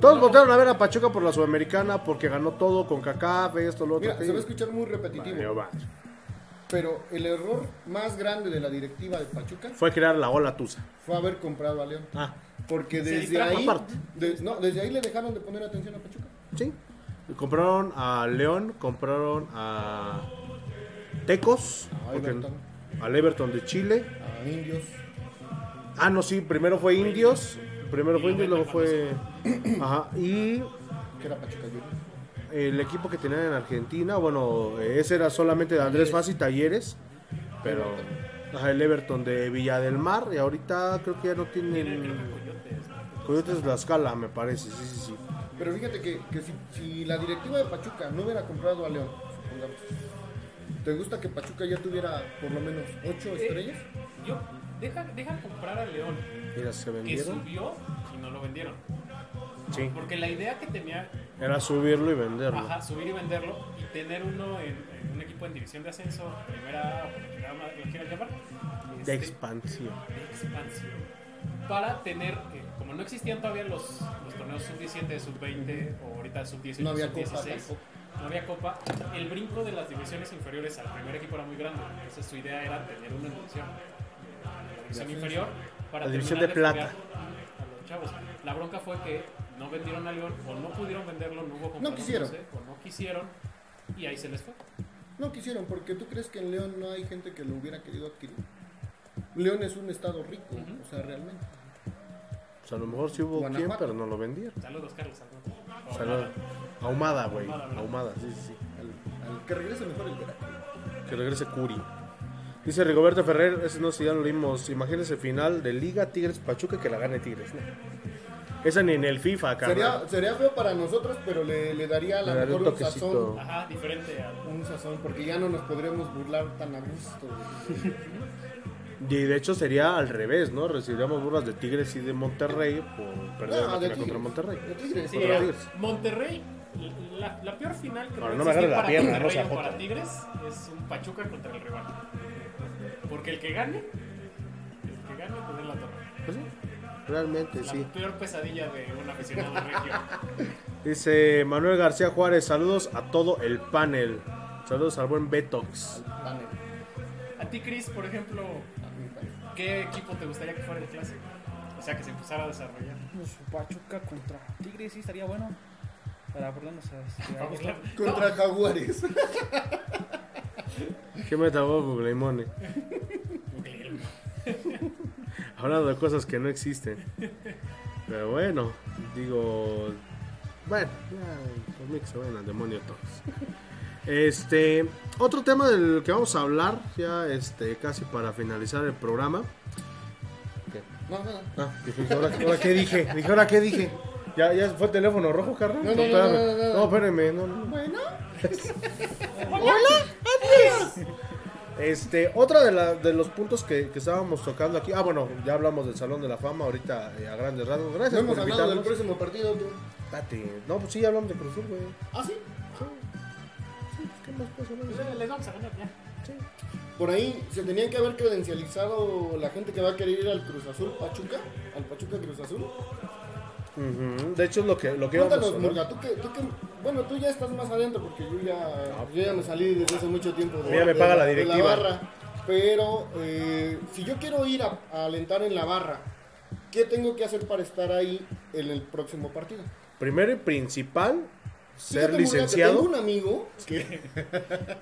A: Todos voltearon a ver a Pachuca por la Sudamericana porque ganó todo con CACAF, esto, lo otro.
B: Mira,
A: que-
B: se va a escuchar muy repetitivo,
A: Valió madre.
B: pero el error más grande de la directiva de Pachuca
A: Fue crear la ola Tusa.
B: fue haber comprado a León.
A: Ah,
B: Porque
C: Se
B: desde
C: distrajo
B: ahí,
A: aparte.
B: de- no, desde ahí le dejaron de poner atención a Pachuca.
A: sí. Compraron a León, compraron a Tecos,
B: A
A: porque-
B: Everton.
A: al Everton de Chile.
B: A indios.
A: Ah, no, sí, primero fue Indios, primero fue
C: Y
A: Indios, luego
C: luego
A: fue... Ajá, y
B: que era Pachuca Juniors.
A: el equipo que tenían en Argentina, bueno, eh, ese era solamente de Andrés Fassi Talleres, pero ajá, el Everton de Villa del Mar, y ahorita creo que ya no tienen... Coyotes de escala, me parece, sí, sí, sí.
B: Pero fíjate que, que si, si la directiva de Pachuca no hubiera comprado a León, supongamos, ¿te gusta que Pachuca ya tuviera por lo menos 8
C: Eh,
B: estrellas?
C: yo deja, deja comprar a León,
A: Mira, se
C: que
A: vendieron.
C: subió y no lo vendieron.
A: Sí.
C: Porque la idea que tenía
A: Era subirlo y venderlo.
C: Ajá, subir y venderlo y tener uno en, en un equipo en división de ascenso, primera, o como quiera- lo quieran llamar,
A: De
C: este,
A: expansión.
C: de expansión. Para tener, eh, como no existían todavía los, los torneos sub-17, sub-20 o ahorita sub-18,
B: No había copa
C: sub-16, no había copa, el brinco de las divisiones inferiores al primer equipo era muy grande. Entonces su idea era tener una división, eh, la división inferior, para
A: La división de
C: terminar
A: plata.
C: foguear a los chavos. La bronca fue que no vendieron a León o no pudieron venderlo, no hubo comprador,
B: No quisieron.
C: sé, o no quisieron y ahí se les fue.
B: No quisieron, porque tú crees que en León no hay gente que lo hubiera querido adquirir. León es un estado rico, o sea, realmente.
A: O sea, a lo mejor sí hubo quien,
B: Guanajuato.
A: pero no lo vendieron.
C: Saludos, Carlos. Saludos. O
A: Salud.
C: nada.
A: Ahumada, güey.
C: Ahumada, ¿verdad?
A: Ahumada, sí, sí,
B: Al, al que regrese mejor el Veracruz.
A: sí. Que regrese Curi. Dice Rigoberto Ferrer, ese no sé, ya lo leímos. Imagínense final de Liga Tigres Pachuca que la gane Tigres. ¿no? Esa ni en el FIFA, carnal.
B: Sería, sería feo para nosotros, pero le, le daría a
A: Le
B: la
A: daría un
B: mejor un
A: toquecito.
B: sazón,
C: Ajá, diferente a
B: un sazón, porque ya no nos podríamos burlar tan a gusto.
A: Y de hecho sería al revés, ¿no? Recibiríamos burlas de Tigres y de Monterrey por perder
B: No,
A: la
B: Ah, de
A: final contra
B: Tigres.
A: Monterrey.
B: De Tigres.
C: Sí,
A: Contra
C: eh,
A: Tigres.
C: Monterrey, la, la peor final que
A: Ahora,
C: puede
A: no me agarre
C: existir
A: la
C: para
A: pierna,
C: Monterrey
A: Rosa
C: o
A: Jota.
C: para Tigres es un Pachuca contra el rival. Porque el que gane, el que gane, pues es la torre.
A: Pues sí, realmente
C: La
A: sí.
C: peor pesadilla de un aficionado regio.
A: Dice Manuel García Juárez, saludos a todo el panel. Saludos al buen Betox.
B: Panel,
C: A ti, Chris, por ejemplo,
B: a mi parecer.
C: ¿qué equipo te gustaría que fuera el clásico? O sea, que se empezara a desarrollar.
D: Pues, Pachuca contra Tigres sí estaría bueno. Para burlarnos a este, a
C: Vamos
D: gusto.
C: a-
B: Contra Jaguares.
A: ¿Qué me trabó Googleimone?
C: Google.
A: Hablando de cosas que no existen. Pero bueno, digo. Bueno, ya, por mí que se vayan al demonio todos. Este, otro tema del que vamos a hablar, ya este, casi para finalizar el programa.
B: No, no, no.
A: Ah, dije, ¿ahora, ahora qué dije? Dije, ¿ahora qué dije? ¿Ya, ya fue el teléfono rojo, carnal?
B: No, no, no,
A: Espérame.
B: no, no, no.
A: No, espérame, no, no.
B: Bueno,
A: Este, otra de, la- de los puntos que, que estábamos tocando aquí. Ah, bueno, ya hablamos del Salón de la Fama ahorita eh, a grandes rasgos.
B: no
A: Gracias
B: hemos
A: por
B: hablado del
A: invitarnos.
B: próximo partido. tú.
A: Espérate, No, pues sí, ya hablamos de Cruz Azul, güey.
B: Ah, sí.
A: Sí. Sí, pues, ¿Qué más puedes hablar?
C: Pues, eh, Les vamos a ganar ya.
B: Por ahí se tenían que haber credencializado la gente que va a querer ir al Cruz Azul Pachuca, al Pachuca Cruz Azul.
A: Ujú, De hecho, es lo que, lo que íbamos a
B: Cuéntanos,
A: hablar.
B: Murga, tú que, tú que- bueno, tú ya estás más adentro porque yo ya, yo ya me salí desde hace mucho tiempo.
A: A mí ya me paga la
B: de
A: directiva.
B: barra. pero eh, si yo quiero ir a, a alentar en la barra, ¿qué tengo que hacer para estar ahí en el próximo partido?
A: Primero y principal, ser
B: Fíjate, Murga, que Tengo
A: licenciado,
B: un amigo que-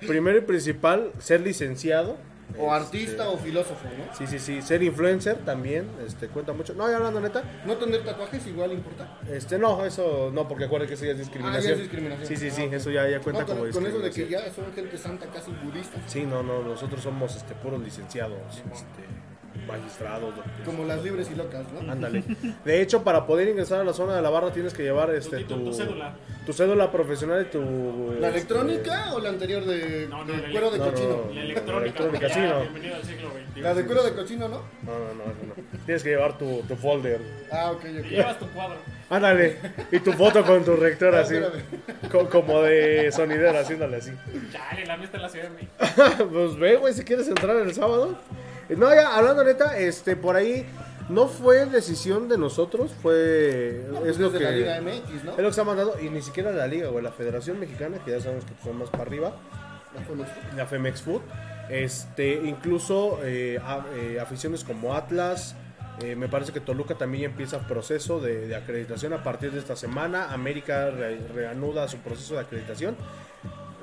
A: primero y principal, ser licenciado.
B: o
A: Este,
B: artista o filósofo, ¿no?
A: Sí, sí, sí, ser influencer también, este, cuenta mucho. No, y hablando neta,
B: No tener tatuajes igual importa.
A: este, no, eso no, porque acuérdense que eso ya es discriminación.
B: Ah, ya es discriminación.
A: Sí, sí,
B: Ah,
A: sí,
B: ok.
A: eso ya, ya cuenta
B: No, con,
A: como
B: con eso
A: discriminación.
B: de que ya son gente santa, casi budistas.
A: Sí, no, no, nosotros somos este, puros licenciados, este, magistrados, doctores.
B: Como las libres y locas, ¿no?
A: Ándale. De hecho, para poder ingresar a la zona de la barra tienes que llevar este,
E: tu-
A: tu,
E: tu cédula.
A: tu cédula profesional y tu...
B: ¿La
A: este,
B: electrónica o la anterior de,
E: No, no,
B: de
E: la
B: cuero de
A: no, no,
B: cochino?
A: no,
E: La electrónica.
A: electrónica,
E: ya,
A: sí, no.
E: Bienvenido al siglo XXI.
B: La de cuero de cochino, ¿no?
A: No, no, no, eso no. Tienes que llevar tu, tu folder.
B: Ah, ok,
E: Te
B: ok.
E: llevas tu cuadro.
A: Ándale. Y tu foto con tu rector
B: Ah,
A: así.
B: espérame.
A: co- como de sonidero, haciéndole así.
E: Chale, la mía está en la ciudad de México.
A: pues ve, güey, si quieres entrar el sábado. Eh, No, ya, hablando neta, este, por ahí no fue decisión de nosotros, fue... es lo
B: pues, de
A: que...
B: la Liga MX, ¿no?
A: Es lo que se ha mandado, y ni siquiera la liga, güey, la Federación Mexicana, que ya sabemos que son más para arriba,
B: La conozco.
A: la Femex Food, este, incluso eh, a- eh, aficiones como Atlas, eh, me parece que Toluca también empieza proceso de, de acreditación a partir de esta semana, América re- reanuda su proceso de acreditación.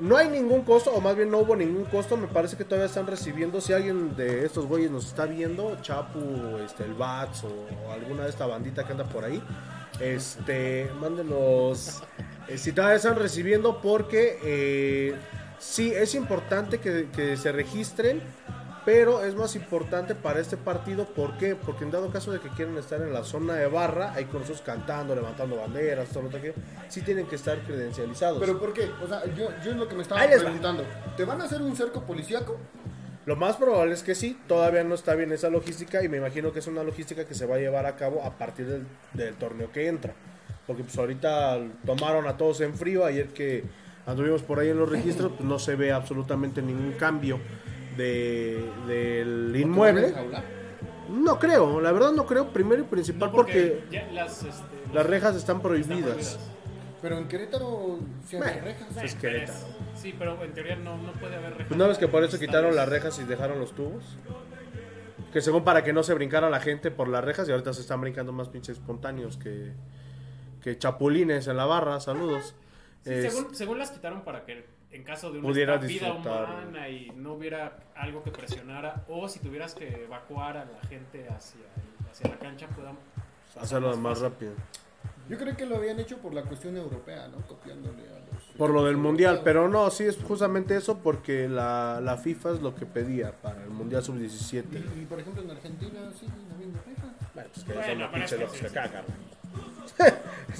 A: No hay ningún costo, o más bien no hubo ningún costo, me parece que todavía están recibiendo, si alguien de estos güeyes nos está viendo, Chapu, este, el Bats o, o alguna de esta bandita que anda por ahí, este, mándenos eh, si todavía están recibiendo porque eh, sí, es importante que, que se registren, pero es más importante para este partido, ¿por qué? Porque en dado caso de que quieran estar en la zona de barra, ahí con nosotros cantando, levantando banderas, todo lo que sí tienen que estar credencializados.
B: ¿Pero por qué? O sea, yo, yo es lo que me estaba
A: Ahí les va.
B: preguntando. ¿Te van a hacer un cerco policíaco?
A: Lo más probable es que sí, todavía no está bien esa logística y me imagino que es una logística que se va a llevar a cabo a partir del, del torneo que entra. Porque pues ahorita tomaron a todos en frío, ayer que anduvimos por ahí en los registros, pues no se ve absolutamente ningún cambio de, del
B: ¿O te van a
A: inmueble.
B: enjaular?
A: No creo, la verdad no creo, primero y principal
E: No,
A: porque
E: ya las, este,
A: las rejas están
E: están
A: prohibidas.
B: Pero en Querétaro si hay
A: Bueno.
B: rejas.
A: Pues es
E: Pero
A: Querétaro.
E: es- Sí, pero en teoría no, no puede haber rejas.
A: Pues no ves que por eso quitaron las
E: Estadios.
A: rejas y dejaron los tubos. Que según para que no se brincara la gente por las rejas y ahorita se están brincando más pinches espontáneos que, que chapulines en la barra, saludos.
E: Sí,
A: Es-
E: según, según las quitaron para que en caso de una
A: Pudiera
E: vida
A: disfrutarlo.
E: humana y no hubiera algo que presionara o si tuvieras que evacuar a la gente hacia, hacia la cancha puedan
A: hacerlo más rápido.
B: Yo creo que lo habían hecho por la cuestión europea, ¿no? Copiándole a los...
A: Por lo del
B: europeos.
A: mundial, pero no, sí es justamente eso porque la, la FIFA es lo que pedía para el mundial sub-17.
B: Y, y, por ejemplo en Argentina sí, no habiendo rejas.
A: Bueno, pues que
E: Bueno,
A: son los
E: pero
A: pinches
E: es que
A: locos
E: sí,
A: que
E: sí.
A: cagan.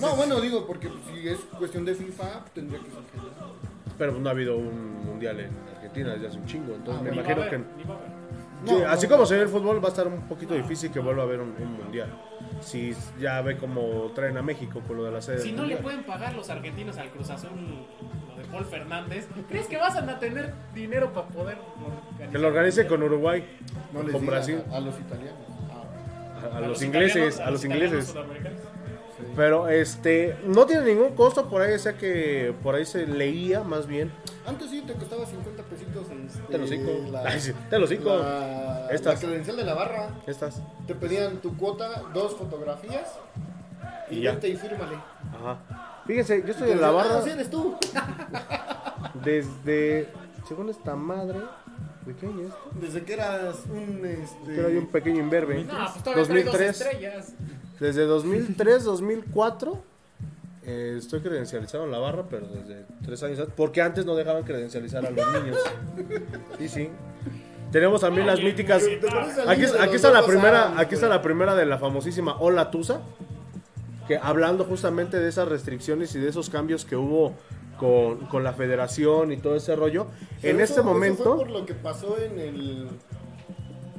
B: No, bueno, digo, porque pues, si es cuestión de FIFA, tendría que ser general.
A: Pero pues no ha habido un mundial en Argentina desde hace un chingo, entonces
B: Ah,
A: me
E: Ni
B: ni
E: va a
A: imagino
E: haber,
A: que...
E: ni va a haber.
A: Sí,
B: No,
A: así
B: no,
A: como se ve el fútbol, va a estar un poquito difícil que vuelva a haber un, un mundial. Si ya ve como traen a México con lo de la sede.
E: Si
A: del
E: no le
A: mundial.
E: pueden pagar los argentinos al Cruz Azul lo de Paul Fernández, ¿crees que vas a tener dinero para poder organizar?
A: Que lo organice con Uruguay,
B: no les
A: con
B: diga
A: Brasil,
B: A, a los italianos. Ah,
A: a, a los ingleses,
E: italianos-
A: a los
E: italianos
A: ingleses.
E: sudamericanos.
A: Pero este, no tiene ningún costo por ahí, o sea que por ahí se leía más bien.
B: Antes sí te costaba 50 pesitos. Este,
A: Te los cinco.
B: la-
A: Ay, sí, te los cinco.
B: La,
A: Estas.
B: la credencial de la barra.
A: Estas.
B: Te pedían tu cuota, dos fotografías.
A: Y
B: Y,
A: ya.
B: ya. vete y fírmale.
A: Ajá. Fíjense, yo estoy en la
B: Entonces,
A: barra
B: ah, sí eres tú.
A: desde, según esta madre, ¿de qué año es?
B: Desde que eras un. Este,
A: Creo que hay un pequeño imberbe.
E: No, pues todavía trae dos
A: 2003.
E: estrellas.
A: Desde 2003, 2004 eh, estoy credencializado en la barra, pero desde tres años antes, porque antes no dejaban credencializar a los niños. Sí, sí. Tenemos también las míticas.
B: ¿Te acuerdas al
A: Aquí,
B: niño de
A: aquí
B: los
A: está la
B: locos
A: primera,
B: Adams,
A: aquí está
B: güey?
A: la primera de la famosísima Hola Tusa, que hablando justamente de esas restricciones y de esos cambios que hubo con, con la federación y todo ese rollo.
B: Pero
A: En este
B: eso- eso fue
A: momento,
B: por lo que pasó en el.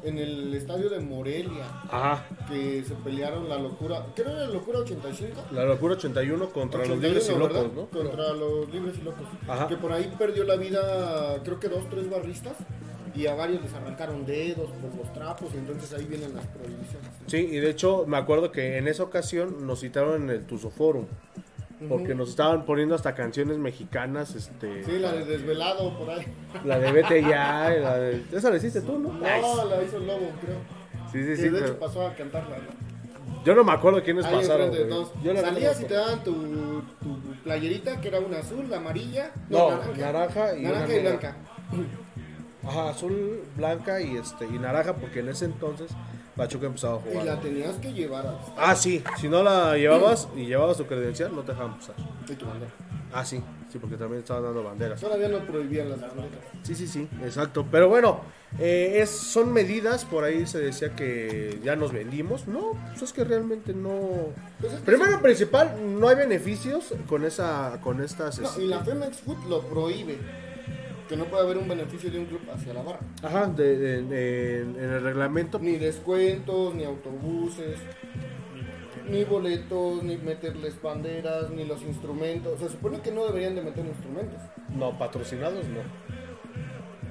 B: En el estadio de Morelia.
A: ajá,
B: Que se pelearon la locura. ¿Qué era la locura 85?
A: la locura 81 contra los
B: 81,
A: libres y
B: ¿verdad?
A: locos, ¿no?
B: Contra los libres y locos.
A: Ajá.
B: Que por ahí perdió la vida, creo que dos, tres barristas. Y a varios les arrancaron dedos por los trapos. Y entonces ahí vienen las prohibiciones.
A: Sí, y de hecho me acuerdo que en esa ocasión nos citaron en el Tuzo Forum. Porque nos estaban poniendo hasta canciones mexicanas, este...
B: Sí, la de desvelado por ahí.
A: la de Vete Ya, la de... Esa la hiciste tú, ¿no?
B: No, la hizo el lobo, creo.
A: Sí, sí,
B: Que
A: sí,
B: de hecho
A: pero
B: pasó a cantarla. ¿no?
A: Yo no me acuerdo quiénes
B: Ahí
A: pasaron,
B: enfrente de
A: güey.
B: todos.
A: Yo la verdad no me
B: Salías y te
A: acuerdo.
B: daban tu, tu playerita, que era una azul, la amarilla,
A: No, naranja y
B: naranja
A: una
B: y
A: negra.
B: blanca.
A: Ajá, azul, blanca y este y naranja, porque en ese entonces Pachuca empezaba a
B: Y
A: jugar.
B: la tenías que llevar a
A: Ah, sí, si no la llevabas y llevabas tu credencial, no te dejaban pasar.
B: de tu bandera.
A: Ah, sí, sí, porque también estaban dando banderas.
B: Todavía no prohibían las banderas.
A: Sí, sí, sí, exacto. Pero bueno, eh, es, son medidas, por ahí se decía que ya nos vendimos. No, pues es que realmente no...
B: Pues es que
A: Primero y principal, no hay beneficios con esa con estas...
B: No,
A: este,
B: y la Femex Food lo prohíbe. Que no puede haber un beneficio de un club hacia la barra.
A: Ajá, de- de- de- en el reglamento.
B: Ni descuentos, ni autobuses, ni boletos, ni meterles banderas, ni los instrumentos. Se supone que no deberían de meter instrumentos.
A: No, patrocinados no.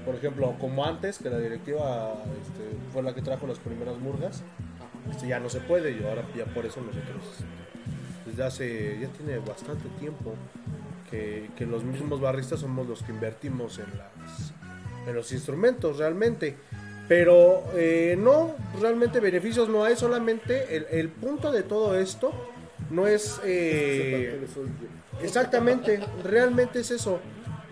A: Por ejemplo, como antes, que la directiva este, fue la que trajo las primeras murgas, este, ya no se puede y ahora ya por eso nosotros, este, desde hace, ya tiene bastante tiempo, que, que los mismos barristas somos los que invertimos en, las, en los instrumentos realmente. Pero eh, no, realmente beneficios no hay, solamente el, el punto de todo esto no es... eh,
B: Sepan que soy yo.
A: Exactamente, realmente es eso.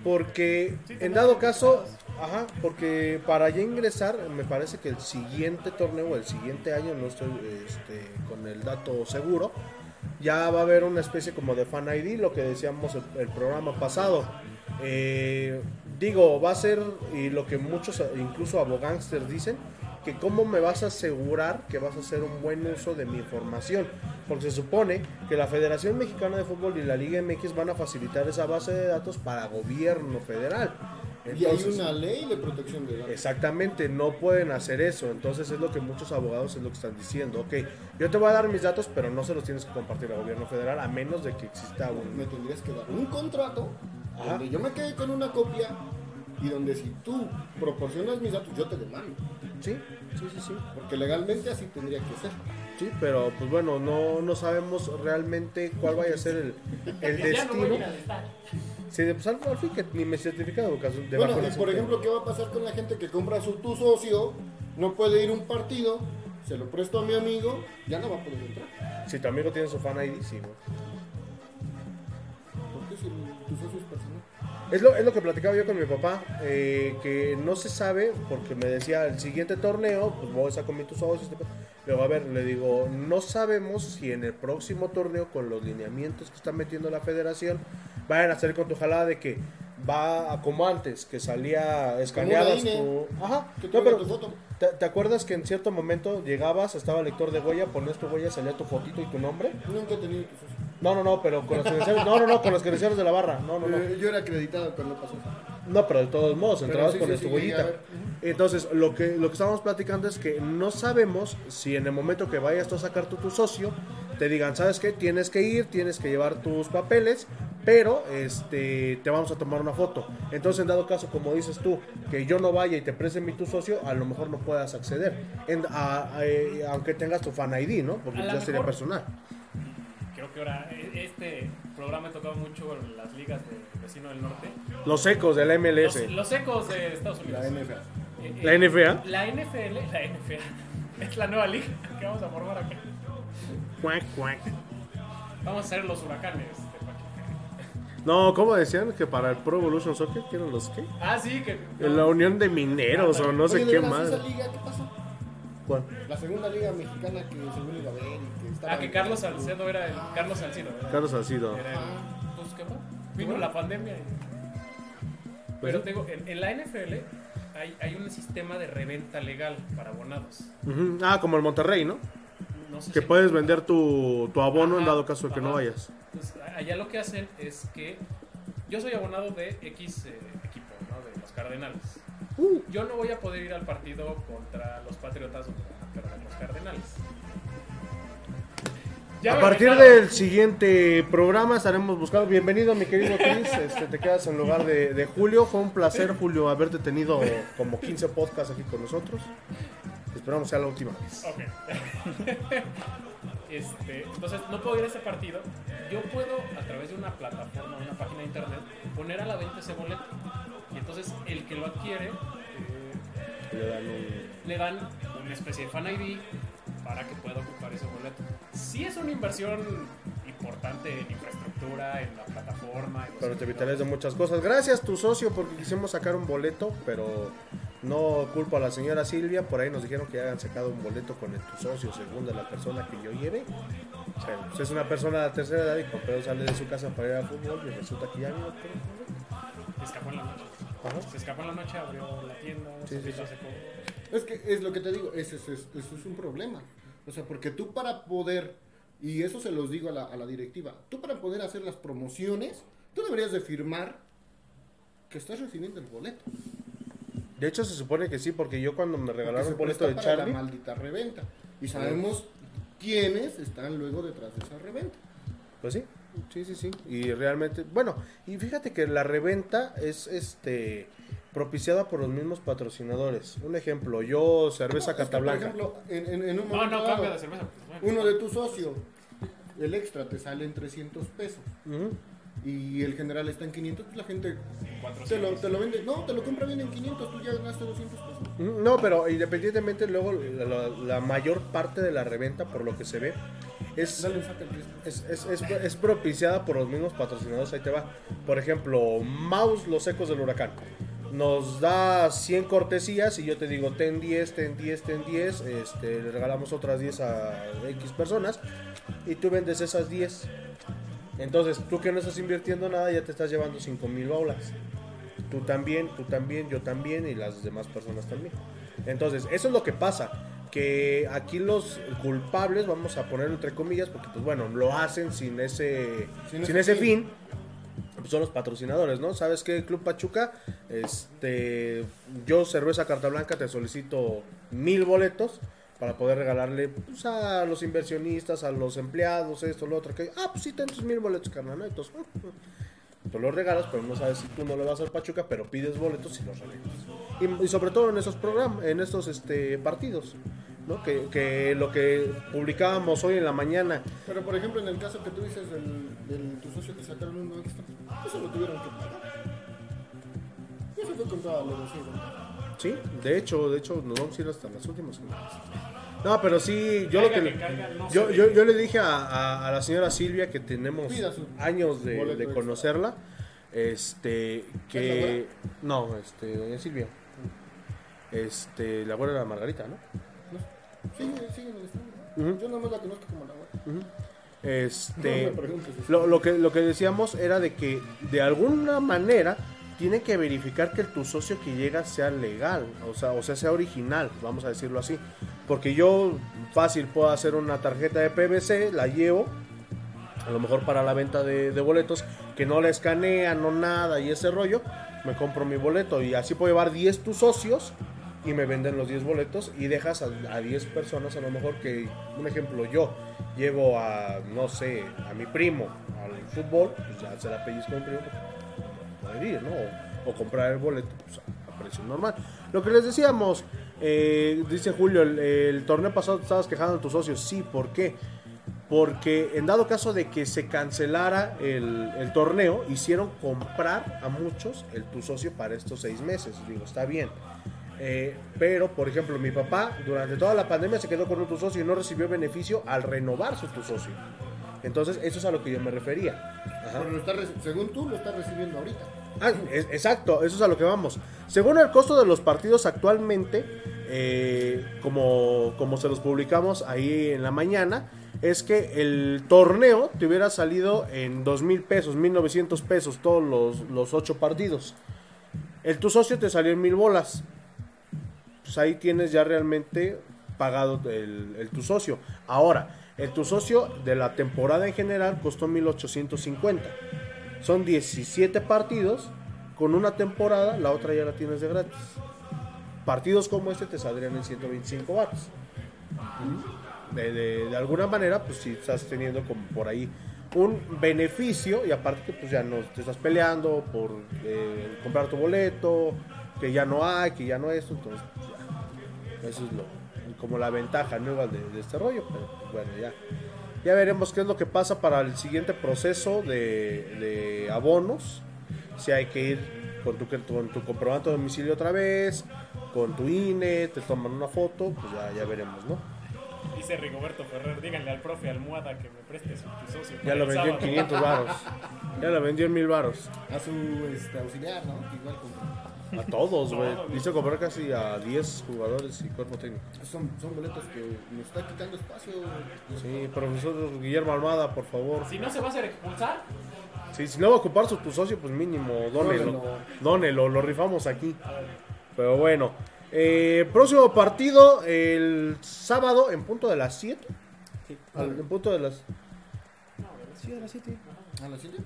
A: Porque en dado caso, ajá, porque para ya ingresar, me parece que el siguiente torneo, el siguiente año, no estoy este, con el dato seguro, ya va a haber una especie como de fan ID, lo que decíamos el, el programa pasado. Eh, digo, va a ser, y lo que muchos, incluso abogánsters dicen, que cómo me vas a asegurar que vas a hacer un buen uso de mi información. Porque se supone que la Federación Mexicana de Fútbol y la Liga MX van a facilitar esa base de datos para gobierno federal.
B: Y hay
A: Entonces,
B: una ley de protección de datos.
A: Exactamente, no pueden hacer eso. Entonces es lo que muchos abogados es lo que están diciendo. Ok, yo te voy a dar mis datos, pero no se los tienes que compartir al gobierno federal a menos de que exista
B: Me
A: un...
B: tendrías que dar un contrato
A: Ajá.
B: donde yo me quede con una copia y donde si tú proporcionas mis datos yo te demando.
A: Sí, sí, sí, sí.
B: Porque legalmente así tendría que ser.
A: Sí, pero pues bueno, no, no sabemos realmente cuál vaya a ser el, el
E: Ya no voy a ir
A: destino.
E: al estadio.
A: Sí, de- pues al, al fin que ni me certificado de educación de
B: Bueno,
A: bajo
B: y por
A: desempeño.
B: ejemplo, ¿qué va a pasar con la gente que compra su tu socio? No puede ir a un partido, se lo presto a mi amigo, ya no va a poder entrar.
A: Si tu amigo tiene su fan ID, sí, güey.
B: Porque si tu socio es personal.
A: Es lo, es lo que platicaba yo con mi papá, eh, que no se sabe, porque me decía, el siguiente torneo, pues voy a sacar mis tus ojos. Luego, a ver, le digo, no sabemos si en el próximo torneo, con los lineamientos que está metiendo la federación, vayan a hacer con tu jalada de que va a como antes, que salía escaneadas
B: INE.
A: tu... Ajá,
B: Que te
A: no, pero
B: tu foto.
A: ¿te, te acuerdas que en cierto momento llegabas, estaba el lector de huella, ponías tu huella, salía tu fotito y tu nombre?
B: Nunca he tenido tu socio.
A: No, no, no, pero con los credenciales, no, no, no, con los credenciales de la barra, no, no, no.
B: Eh, Yo era acreditado cuando pasó.
A: No, pero de todos modos,
B: Pero
A: entrabas
B: sí,
A: con
B: sí,
A: la tu
B: sí,
A: huellita.
B: a ver.
A: Entonces, lo que, lo que estábamos platicando es que no sabemos si en el momento que vayas tú a sacar tú tu socio, te digan, ¿sabes qué? Tienes que ir, tienes que llevar tus papeles, pero este, te vamos a tomar una foto. Entonces, en dado caso, como dices tú, que yo no vaya y te preste mi tu socio, a lo mejor no puedas acceder, En- a- a- eh, aunque tengas tu fan ID, ¿no? Porque
C: A lo
A: ya sería
C: mejor.
A: personal.
C: Creo que ahora eh, este programa tocaba mucho en las ligas de vecino del norte.
A: Los ecos del
C: Los,
A: MLS,
C: los ecos de Estados Unidos.
B: La NFA.
C: Eh, eh,
A: la NFA.
C: La NFL, la NFL. Es la nueva liga que vamos a formar acá.
A: Cuac, cuac.
C: Vamos a ser los huracanes este, de Pachuca.
A: No, ¿cómo decían que para el Pro Evolution Soccer, que eran los qué?
C: Ah, sí, que.
A: En La unión de mineros o no
B: Oye,
A: sé
B: de
A: qué
B: veras,
A: más.
B: ¿Esa liga qué pasó? La segunda liga mexicana que según iba a ver y que estaba.
C: Ah, que Carlos Salcedo era el. Carlos Salcedo, ¿verdad?
A: Carlos Salcido.
C: Era el- pues qué bueno, Vino la pandemia. y- Pero
A: Pues sí.
C: tengo, en, en la NFL hay, hay un sistema de reventa legal para abonados.
A: Ujú. Ah, como el Monterrey, ¿no?
C: No sé
A: Que
C: si-
A: puedes vender tu, tu abono en
C: Ajá,
A: dado caso de que no
C: ajá.
A: vayas.
C: Entonces, a- allá lo que hacen es que yo soy abonado de X eh, equipo, ¿no? De los Cardenales.
A: Uh.
C: Yo no voy a poder ir al partido contra los Patriotas o contra los Cardenales. Ya
A: a
C: me
A: partir
C: retaron.
A: del siguiente programa estaremos buscando. Bienvenido, mi querido Chris. Este, te quedas en lugar de, de Julio. Fue un placer, Julio, haberte tenido como 15 podcasts aquí con nosotros. Esperamos sea la última vez.
C: Ok. Este, entonces, no puedo ir a ese partido. Yo puedo, a través de una plataforma, una página de internet, poner a la venta ese boleto. Y entonces, el que lo adquiere, eh,
A: Le dan un-
C: le dan una especie de fan ID para que pueda ocupar ese boleto. Si es una inversión importante en infraestructura, en la plataforma. forma. y los
A: Pero te evitarás de muchas cosas. Gracias tu socio porque quisimos sacar un boleto, pero no culpo a la señora Silvia. Por ahí nos dijeron que ya habían sacado un boleto con el tu socio, según de la persona que yo lleve. Pero, pues, es una persona de la tercera edad y pero sale de su casa para ir al fútbol y resulta que ya vino.
C: Se escapó en la noche.
A: Ajá.
C: Se escapó en la noche, abrió la tienda,
A: Sí,
C: se
A: sí,
C: hizo
A: sí.
C: hace poco.
B: Es que es lo que te digo, eso es, es- eso es un problema. O sea, porque tú para poder, y eso se los digo a la, a la directiva, tú para poder hacer las promociones, tú deberías de firmar que estás recibiendo el boleto.
A: De hecho, se supone que sí, porque yo cuando me
B: Porque
A: regalaron
B: se
A: el boleto
B: presta
A: de
B: para
A: Charlie, Ah.
B: La maldita reventa. Y sabemos quiénes están luego detrás de esa reventa.
A: Pues sí, sí, sí, sí. Y realmente, bueno, y fíjate que la reventa es este propiciada por los mismos patrocinadores. Un ejemplo, yo cerveza
B: No, es que,
A: Catablanca.
B: Por ejemplo, en, en- en un
C: No,
B: momento
C: no,
B: dado,
C: cambia de cerveza. pues, bueno.
B: uno de tu socio, el extra, te sale en 300 pesos.
A: Ujú.
B: Y el general está en 500, pues la gente te lo,
C: 400.
B: te lo vende. No, te lo compra bien en 500, tú ya ganaste 200 pesos.
A: Ujú, No, pero independientemente, luego la, la- la mayor parte de la reventa, por lo que se ve, es
B: Dale, saca el riesgo.
A: es, es- es- es propiciada por los mismos patrocinadores. Ahí te va. Por ejemplo, Mouse Los Ecos del Huracán. Nos da 100 cortesías y yo te digo, ten 10, ten 10, ten 10. Este, le regalamos otras 10 a X personas y tú vendes esas 10. Entonces, tú que no estás invirtiendo nada, ya te estás llevando 5 mil bolas. Tú también, tú también, yo también y las demás personas también. Entonces, eso es lo que pasa. Que aquí los culpables, vamos a poner entre comillas, porque pues bueno, lo hacen sin ese, sin, ese fin. pues, son los patrocinadores, ¿no? ¿Sabes qué, Club Pachuca? Este, yo, Cerveza Carta Blanca, te solicito mil boletos para poder regalarle pues, a los inversionistas, a los empleados, esto, lo otro. Que, ah, pues sí, tantos mil boletos, carnal, ¿no? Entonces, mm, mm. tú los regalas, pero no sabes si tú no le vas al Pachuca, pero pides boletos y los regalas y, y sobre todo en esos programas, en estos este, partidos, ¿no? Que, que lo que publicábamos hoy en la mañana,
B: Pero por ejemplo, en el caso que tú dices del, del- tu socio que sacaron uno extra, eso lo tuvieron que pagar. Y eso fue contra la negociación.
A: sí, de hecho, de hecho nos vamos a ir hasta las últimas. semanas. No, pero sí, yo lo
C: Caiga
A: que
C: que caiga, no
A: yo,
C: se
A: yo,
C: deje.
A: yo le dije a, a- a la señora Silvia que tenemos
B: Pida su
A: años de,
B: boleto
A: de
B: extra.
A: conocerla, este que no, este doña Silvia, este la abuela de la Margarita, ¿no?
B: Sí, siguen en el estado.
A: Ujú.
B: Yo nada más la conozco como la web.
A: Este,
B: No me preguntes eso.
A: lo, lo que, lo que decíamos era de que de alguna manera tiene que verificar que tu socio que llega sea legal, o sea, o sea, sea original, vamos a decirlo así. Porque yo fácil puedo hacer una tarjeta de PVC, la llevo, a lo mejor para la venta de, de boletos, que no la escanean, no nada y ese rollo, me compro mi boleto y así puedo llevar 10 tus socios y me venden los 10 boletos y dejas a, a 10 personas a lo mejor que, un ejemplo, yo llevo a, no sé, a mi primo al fútbol, pues ya se la pellizco a mi primo pues, poder ir, ¿no? O, o comprar el boleto pues, a, a precio normal. Lo que les decíamos, eh, dice Julio, el, el torneo pasado te estabas quejando de tus socios, sí, ¿por qué? Porque en dado caso de que se cancelara el, el torneo, hicieron comprar a muchos el tu socio para estos seis meses. Digo, está bien. Eh, pero, por ejemplo, mi papá durante toda la pandemia se quedó con un tu socio y no recibió beneficio al renovar su tu socio. Entonces, eso es a lo que yo me refería. Ajá.
B: Pero lo está reci- según tú, lo estás recibiendo ahorita.
A: Ah, es- exacto, eso es a lo que vamos. Según el costo de los partidos actualmente, eh, como, como se los publicamos ahí en la mañana, es que el torneo te hubiera salido en dos mil pesos, mil novecientos pesos todos los, los ocho partidos. El tu socio te salió en mil bolas. Pues ahí tienes ya realmente pagado el, el tu socio. Ahora, el tu socio de la temporada en general costó 1850. Son 17 partidos con una temporada, la otra ya la tienes de gratis. Partidos como este te saldrían en 125 watts. De, de- de alguna manera, pues si estás teniendo como por ahí un beneficio y aparte que pues ya no te estás peleando por eh, comprar tu boleto, que ya no hay, que ya no esto, entonces pues, ya. Eso es lo, como la ventaja nueva de, de este rollo, pero pues, bueno, ya. Ya veremos qué es lo que pasa para el siguiente proceso de, de abonos. Si hay que ir con tu, con tu comprobante de domicilio E, otra vez, con tu INE, te toman una foto, pues ya, ya veremos, ¿no?
C: Y Dice Rigoberto Ferrer, díganle al profe Almohada que me preste su tu socio.
A: Ya
C: para
A: lo
C: el
A: vendió en
C: sábado".
A: 500 varos. Ya lo vendió en 1000 varos.
B: A su este, auxiliar, ¿no? Que igual compró.
A: A todos, güey. Hizo comprar casi a 10 jugadores y cuerpo técnico.
B: Son, son boletos que nos está quitando espacio.
A: Sí, profesor Guillermo Almada, por favor.
C: Si no se va a hacer expulsar,
A: Sí, si no va a ocupar su, tu socio, pues mínimo, dónelo.
B: Dónelo.
A: Dónelo, lo rifamos aquí. Pero bueno. eh, próximo partido, el sábado, en punto de las 7.
D: Sí.
A: Al- En punto de las. Sí, a las 7.
B: ¿A las 7?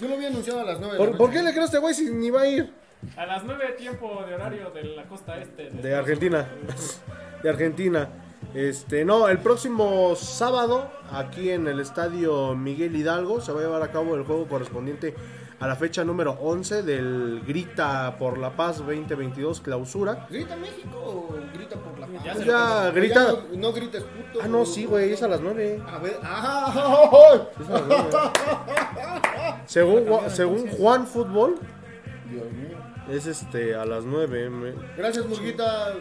B: Yo lo había anunciado a las 9.
A: ¿Por, por qué le crees a este güey si ni va a ir?
C: a las 9 tiempo de horario de la costa este.
A: De Argentina. De Argentina. Este, no, el próximo sábado, aquí en el estadio Miguel Hidalgo, se va a llevar a cabo el juego correspondiente a la fecha número 11 del Grita por la Paz 2022 clausura.
B: ¿Grita México o grita por la paz?
C: Ya se
A: Ya,
B: Pero
A: grita.
B: ya no, no grites puto.
A: Ah, no, sí, güey, es a las 9.
B: A ver. ¡Ah!
A: Es a las 9. Según, Gua- según Juan Fútbol,
B: Dios mío.
A: es este a las 9. me-
B: Gracias, Murguita.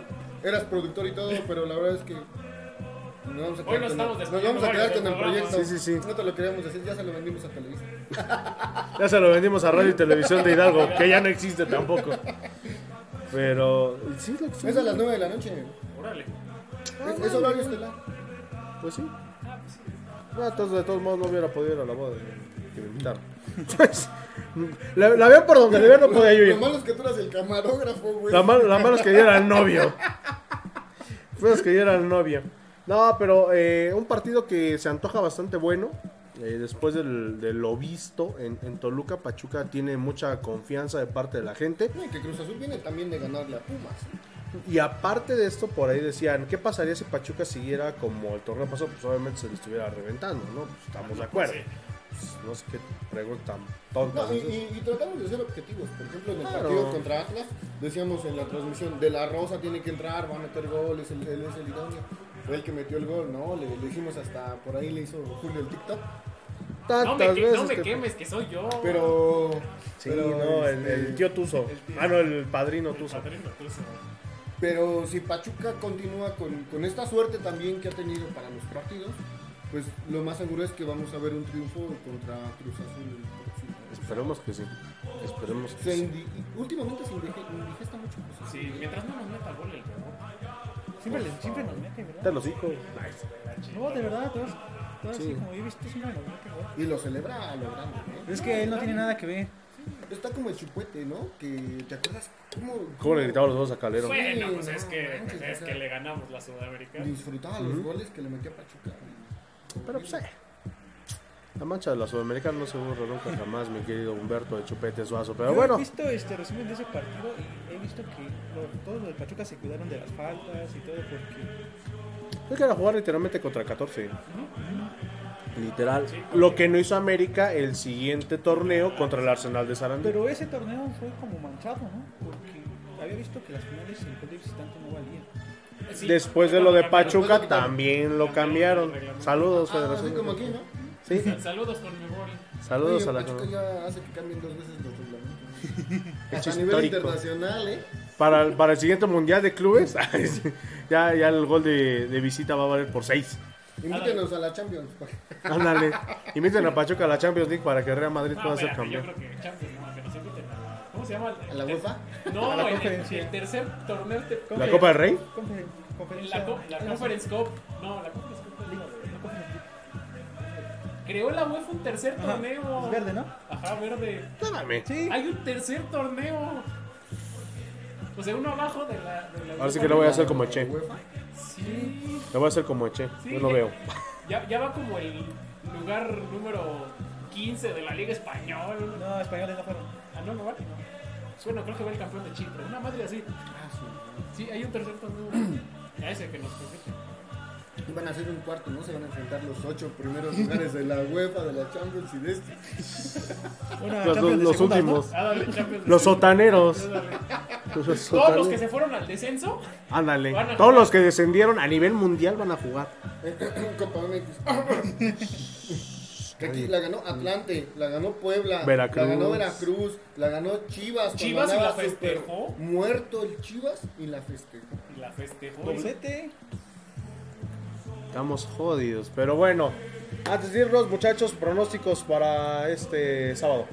B: Eras productor y todo, pero la verdad es que. Nos vamos a quedar,
C: Hoy nos
B: con,
C: estamos
B: el, nos
C: despidiendo
B: vamos a quedar
C: varios
B: con el
C: programas.
B: proyecto.
A: Sí, sí, sí.
B: No te lo queríamos decir, ya se lo vendimos a Televisa.
A: Ya se lo vendimos a Radio y Televisión de Hidalgo, que ya no existe tampoco. Pero, sí, lo
B: Es a las 9 de la noche.
C: Órale.
B: Es, es horario este. estelar.
A: Pues sí. No, entonces, de todos modos no hubiera podido ir a la boda de- que me invitaron. Pues, la, la veo por donde la veo, no podía yo
B: Lo
A: ir.
B: malo es que tú eras el camarógrafo, güey.
A: La mala, la mala es que yo era el novio. Pues es que yo era el novio. No, pero eh, un partido que se antoja bastante bueno. eh, después del, de lo visto en, en Toluca, Pachuca tiene mucha confianza de parte de la gente.
B: No, y que Cruz Azul viene también de ganarle a Pumas.
A: Y aparte de esto, por ahí decían, ¿qué pasaría si Pachuca siguiera como el torneo pasado? Pues obviamente se le estuviera reventando, ¿no? Pues estamos de acuerdo. Pues, no sé qué pregunta tan tonta.
B: No, y, y- y tratamos de ser objetivos. Por ejemplo, en el
A: Claro.
B: partido contra Atlas, decíamos en la transmisión, De La Rosa tiene que entrar, va a meter gol, es el, él es el idóneo. Fue el que metió el gol, ¿no? Le, le dijimos hasta, por ahí le hizo Julio el TikTok.
C: No me,
A: Tantas
C: que-
A: veces.
C: no me
A: que-
C: quemes, que soy yo.
B: Pero...
A: Sí,
B: pero,
A: no, el,
B: este,
A: el tío Tuso.
C: El tío.
A: Ah, no, el padrino Tuso.
C: Padrino Tuzo.
B: Pero si Pachuca continúa con, con esta suerte también que ha tenido para los partidos, pues lo más seguro es que vamos a ver un triunfo contra Cruz Azul. el próximo.
A: Esperemos que sí. Esperemos que
B: Se
A: sí.
B: indi- últimamente se indige- indigesta mucho. Cruz Azul.
C: Sí, mientras no nos meta gol el cabrón.
D: Siempre, les- siempre nos mete, ¿verdad?
A: Te los dijo.
D: No, de verdad, todos, todos
A: Sí.
D: así como, "Oye, ¿viste? Es una novela, qué guay".
B: Y lo celebra a lo grande, ¿eh?
D: Es que él no tiene nada que ver.
B: Está como el chupuete, ¿no? Que te acuerdas cómo,
A: ¿Cómo le gritaban los dos a Calero?
C: Bueno,
B: Sí,
C: pues es
B: no
C: que,
B: manches,
C: pues es
B: o sea.
C: que le ganamos la Sudamericana.
B: disfrutaba los goles que le metía Pachuca.
A: Pero pues, eh. La mancha de la Sudamericana no se borra nunca jamás, mi querido Humberto de Chupete Suazo. Pero
D: Yo
A: bueno,
D: He visto este resumen de ese partido y he visto que lo- todos los de Pachuca se cuidaron de las faltas y todo porque.
A: es que era jugar literalmente contra 14. Literal. Lo que no hizo América el siguiente torneo contra el Arsenal de Sarandí.
D: Pero ese torneo fue como manchado, ¿no? Porque había visto que las finales el gol de visitante no valía.
C: Sí,
A: Después de lo de
C: cambiaron.
A: Pachuca también lo cambiaron. Saludos,
B: Ah, así
A: Federación.
B: como aquí, ¿no?
A: Sí,
C: pues, Saludos con mi gol.
A: saludos
B: Oye,
A: a la
B: Pachuca ya hace que cambien dos veces los reglamentos.
A: Hecho
B: a nivel
A: histórico.
B: internacional, ¿eh?
A: Para el, para el siguiente mundial de clubes, ay, sí, ya, ya el gol de, de visita va a valer por 6.
B: Invítenos a la Champions.
A: Ándale. Inviten a Pachuca a la Champions League para que Real Madrid
C: No,
A: pueda ser
C: espérate, yo
A: campeón.
C: creo que Champions, no, que nos inviten a- ¿Cómo se llama?
B: ¿A la UEFA?
C: No,
D: A la
C: el- el,
D: conferencia.
C: tercer torneo. Este,
A: ¿La Copa del Rey?
D: Confer-
C: En
D: conferencia-
C: la, co- la
D: en la-
C: Conference Cup. No, la Conference Cup. es la de- Creó la UEFA un tercer
D: Ajá,
C: torneo.
D: es verde, ¿no?
C: Ajá, verde.
A: No mames.
D: Sí.
C: Hay un tercer torneo. O sea, uno abajo de la. De la
A: Ahora sí
C: UEFA.
A: que lo voy a hacer como Eche.
B: UEFA.
C: Sí.
A: Lo voy a hacer como Eche.
C: Sí.
A: Yo lo veo.
C: Ya, ya va como el lugar número 15 de la Liga Española.
D: No, españoles no fueron.
C: Ah, no, no vale. No. Bueno, creo que va el campeón de Chipre. Una madre así.
B: Ah, sí.
C: Sí, hay un tercer torneo. A ese que nos compete.
B: Y Van a ser un cuarto, ¿no? Se van a enfrentar los ocho primeros lugares de la UEFA, de la Champions y de este.
D: Una
A: Los,
D: Champions de
A: los
D: segunda, ¿no?
A: últimos.
C: Ah, dale, Champions
A: Los
C: League.
A: sotaneros.
C: Dale.
A: Los
C: Todos los que
A: sotaneros.
C: se fueron al descenso.
A: Ándale.
C: van a
A: Todos
C: jugar.
A: los que descendieron a nivel mundial van a jugar.
B: Copa MX. Que aquí la ganó Atlante, la ganó Puebla,
A: Veracruz.
B: la ganó Veracruz, la ganó Chivas. cuando
C: Chivas y
B: andaba
C: la festejó.
B: super Muerto el Chivas y la festejó.
C: La festejó.
D: Doblete.
A: Estamos jodidos. Pero bueno, antes de irnos, muchachos, pronósticos para este sábado.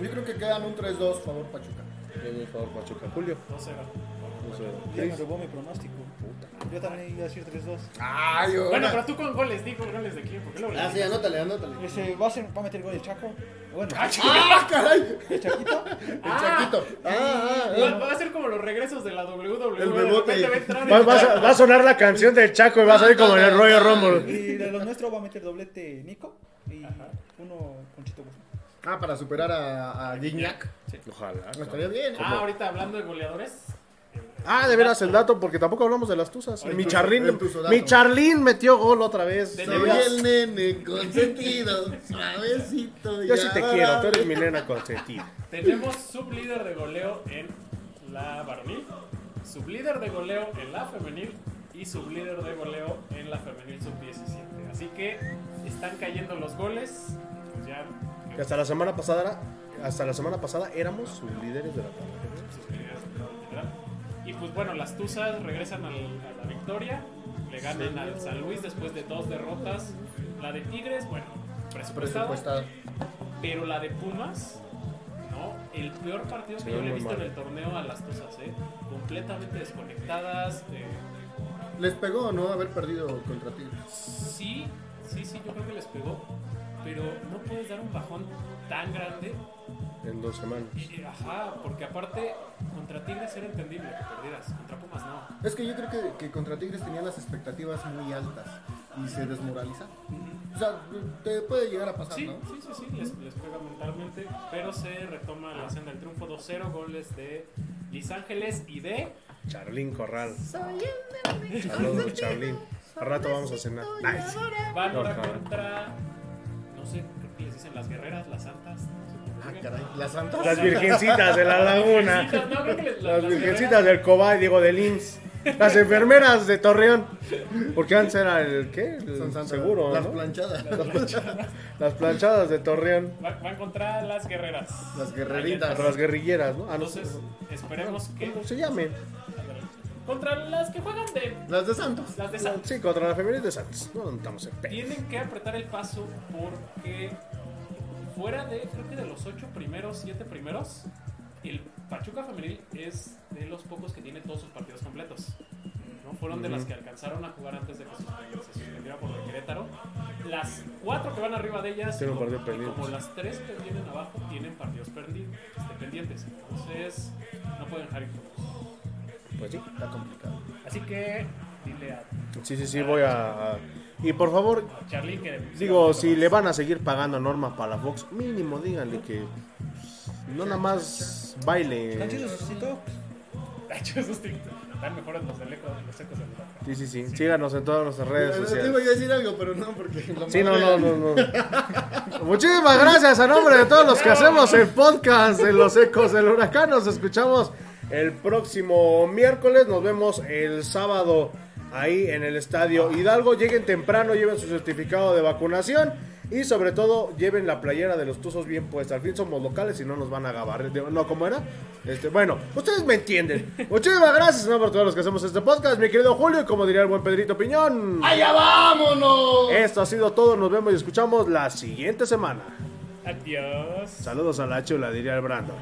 B: Yo creo que quedan un 3-2 favor Pachuca.
A: Por favor, Pachuca. Julio.
C: 2-0.
A: No sé.
F: Ya me robó mi pronóstico. Yo también iba a decir 3-2.
B: Ay,
C: Bueno, pero tú con goles, digo goles de quién, porque luego le
B: Ah, sí, anótale, anótale.
F: Ese va a, ser, va a meter gol el Chaco. Bueno,
B: ¡Ah, caray!
F: el Chaquito.
B: El
C: Ah.
B: chaquito. Ah, ah,
C: Va, va a ser como los regresos de la WWE.
B: El
C: de
B: bebote.
C: repente va a entrar y-
A: Va, va a- va a sonar la canción del Chaco y va a salir como en el rollo Rumble.
F: Y de los nuestros va a meter doblete Nico y uno Conchito Guzmán.
B: ah. Ah, para superar a, a Guiñac.
A: Ojalá.
B: No estaría bien.
C: Ah, ahorita hablando de goleadores.
A: Ah, de veras el dato, porque tampoco hablamos de las tuzas.
B: Ay,
A: Mi
B: tu-
A: Charlín,
B: el tuzo dato.
A: mi Charlín metió gol otra vez.
C: De
A: Sí,
B: Soy
C: veras.
B: el nene consentido, suavecito.
A: Yo
B: ya
A: sí te
B: va.
A: quiero, tú eres mi nena consentida.
C: Tenemos sublíder de goleo en la varonil, sublíder de goleo en la femenil y sublíder de goleo en la femenil sub-17. Así que están cayendo los goles. Pues ya.
A: Y Hasta la semana pasada, era- hasta la semana pasada éramos sus líderes de la tabla.
C: sus líderes, literal. Y pues bueno, las Tuzas regresan al- a la victoria. Le ganan al San Luis después de dos derrotas. La de Tigres, bueno, presupuestada.
B: Presupuestado.
C: Pero la de Pumas, no, el peor partido
A: Se
C: que
A: ve
C: yo le he
A: muy
C: visto
A: mal.
C: en el torneo a las Tuzas, ¿eh? Completamente desconectadas. eh,
B: Les pegó, ¿no? Haber perdido contra ti.
C: sí, sí, sí, yo creo que les pegó. Pero no puedes dar un bajón tan grande.
A: En dos semanas.
C: Eh, Ajá, porque aparte, contra Tigres era entendible que perdieras, contra Pumas no.
B: Es que yo creo que, que contra Tigres tenían las expectativas muy altas y se desmoraliza. O sea, te puede llegar a pasar,
C: Sí,
B: ¿no?
C: sí, sí, sí, les, les pega mentalmente. Pero se retoma la senda del triunfo 2-0, goles de Liz Ángeles y de.
A: Charlín Corral. Saludos, Charlín. Al rato vamos a cenar. Nice.
C: Van ahora
A: Ojalá.
C: contra. No sé, creo que les dicen las guerreras, las santas. no sé cómo
B: Ah,
C: se
B: caray. Las santas.
A: Las virgencitas de la
C: Las
A: laguna.
C: virgencitas, no, creo que les-
A: Las virgencitas
C: guerreras-
A: del Cobay, digo, del IMSS. Las enfermeras de Torreón. Porque antes era el, ¿qué? El
B: Son santas.
A: Eh, seguro,
B: Las
A: ¿no?
B: planchadas.
A: Las planchadas de Torreón.
C: Va, van contra las guerreras.
B: Las guerreritas.
A: Las guerrilleras, ¿no? Ah, no sé.
C: Entonces, esperemos que.
A: ¿Cómo se llamen?
C: Contra las que juegan de.
B: Las de Santos.
C: Las de Santos.
A: Sí, contra la femenina de Santos. No estamos en pedo.
C: Tienen que apretar el paso porque fuera de, creo que de los ocho primeros, siete primeros, el Pachuca Femenil es de los pocos que tiene todos sus partidos completos. ¿no? Fueron de las que alcanzaron a jugar antes de que se se suspendiera por el Querétaro. Las cuatro que van arriba de ellas,
A: Tienen
C: y como-
A: partido
C: y
A: pendiente.
C: como las tres que vienen abajo, tienen partidos perdi- este, pendientes. Entonces, no pueden dejar ir.
A: Pues sí.
B: Está complicado.
C: Así que, dile a
A: Sí, sí, sí, voy a. a- Y por favor,
C: a Charly que...
A: digo, si le van a seguir pagando a Norma para Fox, mínimo díganle que pues, no nada más baile.
F: Canchito suscitó.
C: Nacho, esos TikTok. Están mejores los del eco, los ecos del huracán.
A: Sí, sí, sí. Síganos en todas nuestras redes
B: Bueno, Te iba a
A: sociales.
B: decir algo, pero no, porque. lo
A: Sí, no, no,
B: madrean.
A: no, no. Muchísimas gracias a nombre de todos los que hacemos el podcast en los ecos del huracán. Nos escuchamos el próximo miércoles. Nos vemos el sábado ahí en el estadio Hidalgo. Lleguen temprano, lleven su certificado de vacunación. Y sobre todo, lleven la playera de los tuzos bien puesta. Al fin somos locales y no nos van a gabar. De- No, ¿cómo era? Este, bueno, ustedes me entienden. Muchísimas gracias a nombre de todos los que hacemos este podcast. Mi querido Julio, y como diría el buen Pedrito Piñón.
B: ¡Allá vámonos!
A: Esto ha sido todo, nos vemos y escuchamos la siguiente semana.
C: Adiós.
A: Saludos a la chula, diría el Brandon.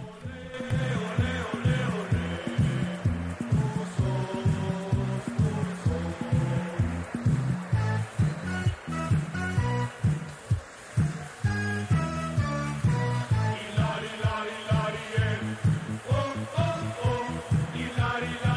G: Hilari, lari, larien. Oh, oh, oh. Hilari, lari. Oh,